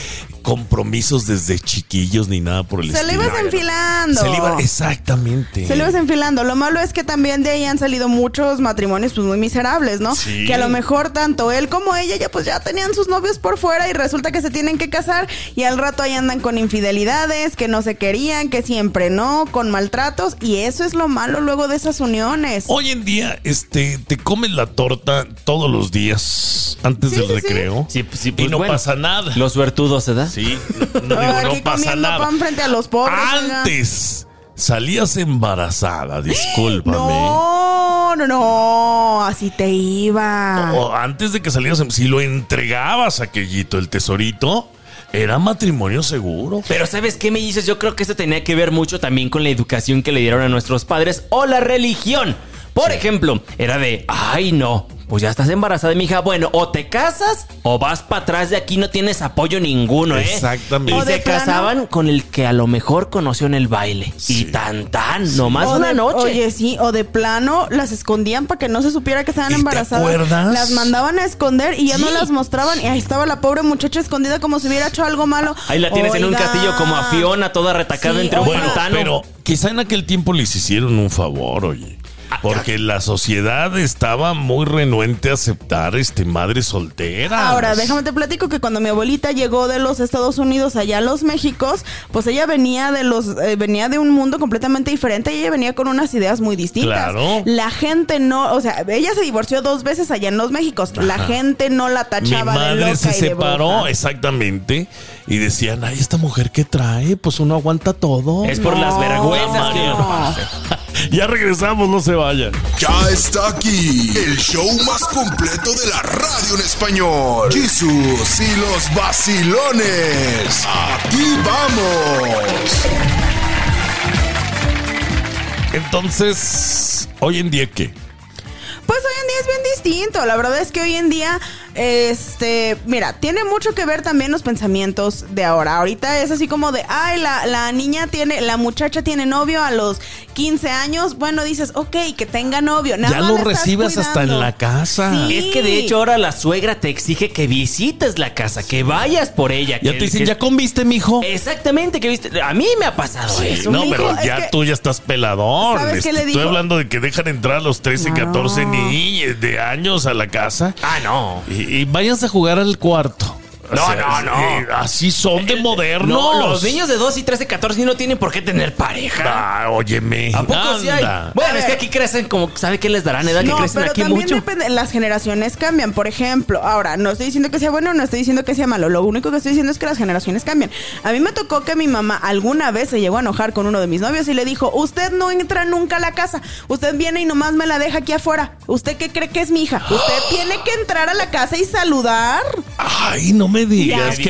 Speaker 1: compromisos desde chiquillos ni nada por el
Speaker 2: Se le
Speaker 1: estilo.
Speaker 2: ibas enfilando.
Speaker 1: Se le iba, exactamente.
Speaker 2: Se lo ibas enfilando. Lo malo es que también de ahí han salido muchos matrimonios pues muy miserables, ¿no?
Speaker 1: Sí.
Speaker 2: Que a lo mejor tanto él como ella ya pues ya tenían sus novios por fuera y resulta que se tienen que casar y al rato ahí andan con infidelidades, que no se querían, que siempre no, con maltratos y eso es lo malo luego de esas uniones.
Speaker 1: Hoy en día, este, te comes la torta todos los días antes
Speaker 2: Sí,
Speaker 1: del
Speaker 2: sí, sí.
Speaker 1: recreo.
Speaker 3: Sí, pues, sí, pues,
Speaker 1: y no
Speaker 3: bueno.
Speaker 1: pasa nada.
Speaker 3: Los suertudos se da.
Speaker 1: Sí, no, no digo,
Speaker 2: Aquí
Speaker 1: no pasa
Speaker 2: comiendo
Speaker 1: nada.
Speaker 2: pan frente a los pobres. oiga.
Speaker 1: Antes salías embarazada, discúlpame.
Speaker 2: No, no, no, así te iba.
Speaker 1: O antes de que salieras, si lo entregabas a aquellito, el tesorito, era matrimonio seguro.
Speaker 3: Pero ¿sabes qué me dices? Yo creo que esto tenía que ver mucho también con la educación que le dieron a nuestros padres o la religión. Por ejemplo, era de, ay no, pues ya estás embarazada, mija. Bueno, o te casas o vas para atrás de aquí, no tienes apoyo ninguno, ¿eh?
Speaker 1: Exactamente.
Speaker 3: Y
Speaker 2: O de
Speaker 3: se
Speaker 2: plano-
Speaker 3: casaban con el que a lo mejor conoció en el baile.
Speaker 1: Sí.
Speaker 3: Y tan tan, nomás
Speaker 2: O
Speaker 3: una
Speaker 2: de-
Speaker 3: noche.
Speaker 2: Oye, sí, o de plano las escondían para que no se supiera que estaban
Speaker 1: ¿Y te
Speaker 2: embarazadas.
Speaker 1: acuerdas?
Speaker 2: Las mandaban a esconder y ya no
Speaker 3: Sí.
Speaker 2: las mostraban. Y ahí estaba la pobre muchacha escondida como si hubiera hecho algo malo.
Speaker 3: Ahí la tienes en un
Speaker 2: Oiga.
Speaker 3: castillo como a Fiona, toda retacada
Speaker 2: Sí,
Speaker 3: entre un
Speaker 2: oiga.
Speaker 1: Bueno,
Speaker 3: pantano.
Speaker 1: pero quizá en aquel tiempo les hicieron un favor, oye. Porque la sociedad estaba muy renuente a aceptar este madre soltera.
Speaker 2: Ahora, déjame te platico que cuando mi abuelita llegó de los Estados Unidos allá a los Méxicos, pues ella venía de los eh, venía de un mundo completamente diferente y ella venía con unas ideas muy distintas.
Speaker 1: Claro.
Speaker 2: La gente no, o sea, ella se divorció dos veces allá en los Méxicos. La gente no la
Speaker 1: Mi
Speaker 2: tachaba de
Speaker 1: madre
Speaker 2: loca
Speaker 1: se
Speaker 2: y de bruja.
Speaker 1: separó, exactamente. Y decían, ay, esta mujer que trae, pues uno aguanta todo.
Speaker 3: es por las
Speaker 2: No,
Speaker 3: vergüenzas que...
Speaker 2: no.
Speaker 1: ya regresamos, no se vayan.
Speaker 4: Ya está aquí el show más completo de la radio en español. Jesús y los vacilones. Aquí vamos.
Speaker 1: Entonces, hoy en día, ¿qué?
Speaker 2: Pues hoy en día es bien distinto. La verdad es que hoy en día, este, mira, tiene mucho que ver también los pensamientos de ahora. Ahorita es así como de, ay, la, la niña tiene, la muchacha tiene novio a los 15 años. Bueno, dices, ok, que tenga novio. Nada
Speaker 1: ya
Speaker 2: más
Speaker 1: lo
Speaker 2: le estás
Speaker 1: recibes hasta en
Speaker 2: cuidando.
Speaker 1: la casa.
Speaker 2: Sí.
Speaker 3: Es que de hecho ahora la suegra te exige que visites la casa, que vayas por ella.
Speaker 1: Ya
Speaker 3: que-
Speaker 1: te dicen,
Speaker 3: que-
Speaker 1: ¿ya conviste, mijo?
Speaker 3: Exactamente, que viste. A mí me ha pasado eso.
Speaker 1: Eh, pues, No,
Speaker 2: mijo,
Speaker 1: pero
Speaker 2: es
Speaker 1: ya
Speaker 2: que-
Speaker 1: tú ya estás pelador.
Speaker 2: ¿Sabes qué
Speaker 1: Este,
Speaker 2: le
Speaker 1: Estoy
Speaker 2: digo?
Speaker 1: hablando de que dejan entrar a los 13, 14 niños de años a la casa
Speaker 3: Ah, no.
Speaker 1: y, y váyanse a jugar al cuarto.
Speaker 3: No, no, no.
Speaker 1: eh, Así son de modernos.
Speaker 3: No, los niños de 2 y 13, 14 no tienen por qué tener pareja.
Speaker 1: Ah, óyeme.
Speaker 3: ¿A poco sí hay?
Speaker 1: Anda.
Speaker 3: Bueno, es que aquí crecen como, ¿sabe qué les darán edad? que
Speaker 2: No,
Speaker 3: crecen
Speaker 2: pero
Speaker 3: aquí
Speaker 2: también
Speaker 3: mucho.
Speaker 2: depende, las generaciones cambian, por ejemplo. Ahora, no estoy diciendo que sea bueno, no estoy diciendo que sea malo. Lo único que estoy diciendo es que las generaciones cambian. A mí me tocó que mi mamá alguna vez se llegó a enojar con uno de mis novios y le dijo, usted no entra nunca a la casa. Usted viene y nomás me la deja aquí afuera. ¿Usted qué cree que es mi hija?
Speaker 1: [gasps]
Speaker 2: Usted tiene que entrar a la casa y saludar.
Speaker 1: Ay, no me digas,
Speaker 2: Ya sí,
Speaker 1: qué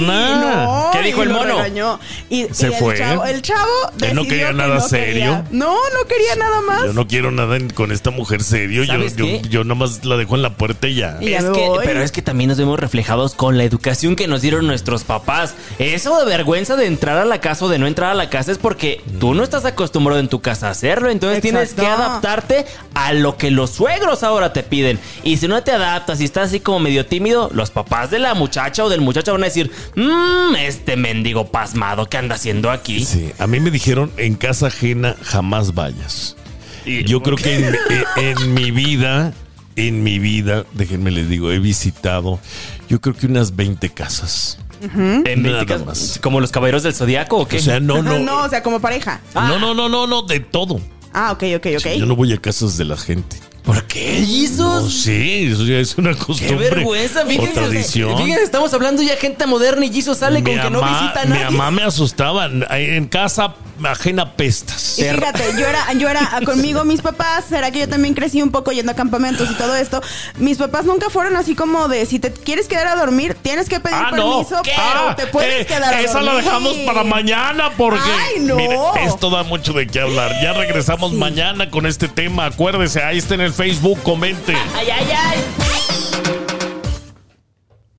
Speaker 1: moderna.
Speaker 2: no,
Speaker 3: ¿Qué dijo
Speaker 2: y
Speaker 3: el
Speaker 2: lo
Speaker 3: mono?
Speaker 2: regañó. Y,
Speaker 1: Se
Speaker 2: y el
Speaker 1: fue.
Speaker 2: Chavo, el chavo
Speaker 1: Él
Speaker 2: decidió
Speaker 1: no quería
Speaker 2: que
Speaker 1: nada
Speaker 2: no
Speaker 1: serio.
Speaker 2: quería. No, no quería nada más.
Speaker 1: Yo no quiero nada en- con esta mujer serio. Yo,
Speaker 3: ¿Sabes
Speaker 1: yo,
Speaker 3: qué?
Speaker 1: yo nomás la dejo en la puerta y ya.
Speaker 2: Y ya
Speaker 3: Es
Speaker 2: me
Speaker 3: que-
Speaker 2: voy.
Speaker 3: pero es que también nos vemos reflejados con la educación que nos dieron nuestros papás. Eso de vergüenza de entrar a la casa o de no entrar a la casa es porque tú no estás acostumbrado en tu casa a hacerlo. Entonces tienes
Speaker 2: Exacto.
Speaker 3: que adaptarte a lo que los suegros ahora te piden. Y si no te adaptas y estás así como medio tímido, los papás de la muchacha o del muchacho van a decir: Mmm, este mendigo pasmado que anda haciendo aquí.
Speaker 1: Sí, a mí me dijeron en casa ajena jamás vayas. Yo creo que en, en- en mi vida, en mi vida, déjenme les digo, he visitado, yo creo que unas 20 casas.
Speaker 3: En
Speaker 1: Nada
Speaker 3: México,
Speaker 1: más.
Speaker 3: ¿Como los caballeros del zodiaco o qué? Ah,
Speaker 1: O sea, no, no.
Speaker 2: no, o sea, como pareja.
Speaker 1: No, no, no, no, no, de todo.
Speaker 2: Ah, ok, ok, ok.
Speaker 1: Yo no voy a casas de la gente.
Speaker 3: ¿Por qué,
Speaker 1: No,
Speaker 3: Jesús?
Speaker 1: sí, eso ya es una costumbre.
Speaker 3: Qué vergüenza,
Speaker 1: O
Speaker 3: fíjense.
Speaker 1: tradición.
Speaker 3: Fíjense, estamos hablando ya gente moderna y Jesus sale con que no visita a
Speaker 1: mi
Speaker 3: nadie.
Speaker 1: mamá me asustaba. En casa ajena pestas.
Speaker 2: Y fíjate, yo era, yo
Speaker 1: [laughs]
Speaker 2: era conmigo mis papás, será que yo también crecí un poco yendo a campamentos y todo esto. Mis papás nunca fueron así como de si te quieres quedar a dormir, tienes que pedir
Speaker 1: Ah, no.
Speaker 2: permiso, pero
Speaker 1: Ah,
Speaker 2: te puedes
Speaker 1: eh,
Speaker 2: quedar a dormir.
Speaker 1: Esa la dejamos para mañana porque.
Speaker 2: Ay, no.
Speaker 1: Mire, esto da mucho de qué hablar. Ya regresamos mañana con este tema. Acuérdese, ahí está en el Facebook. Comente.
Speaker 2: Ay, ay, ay.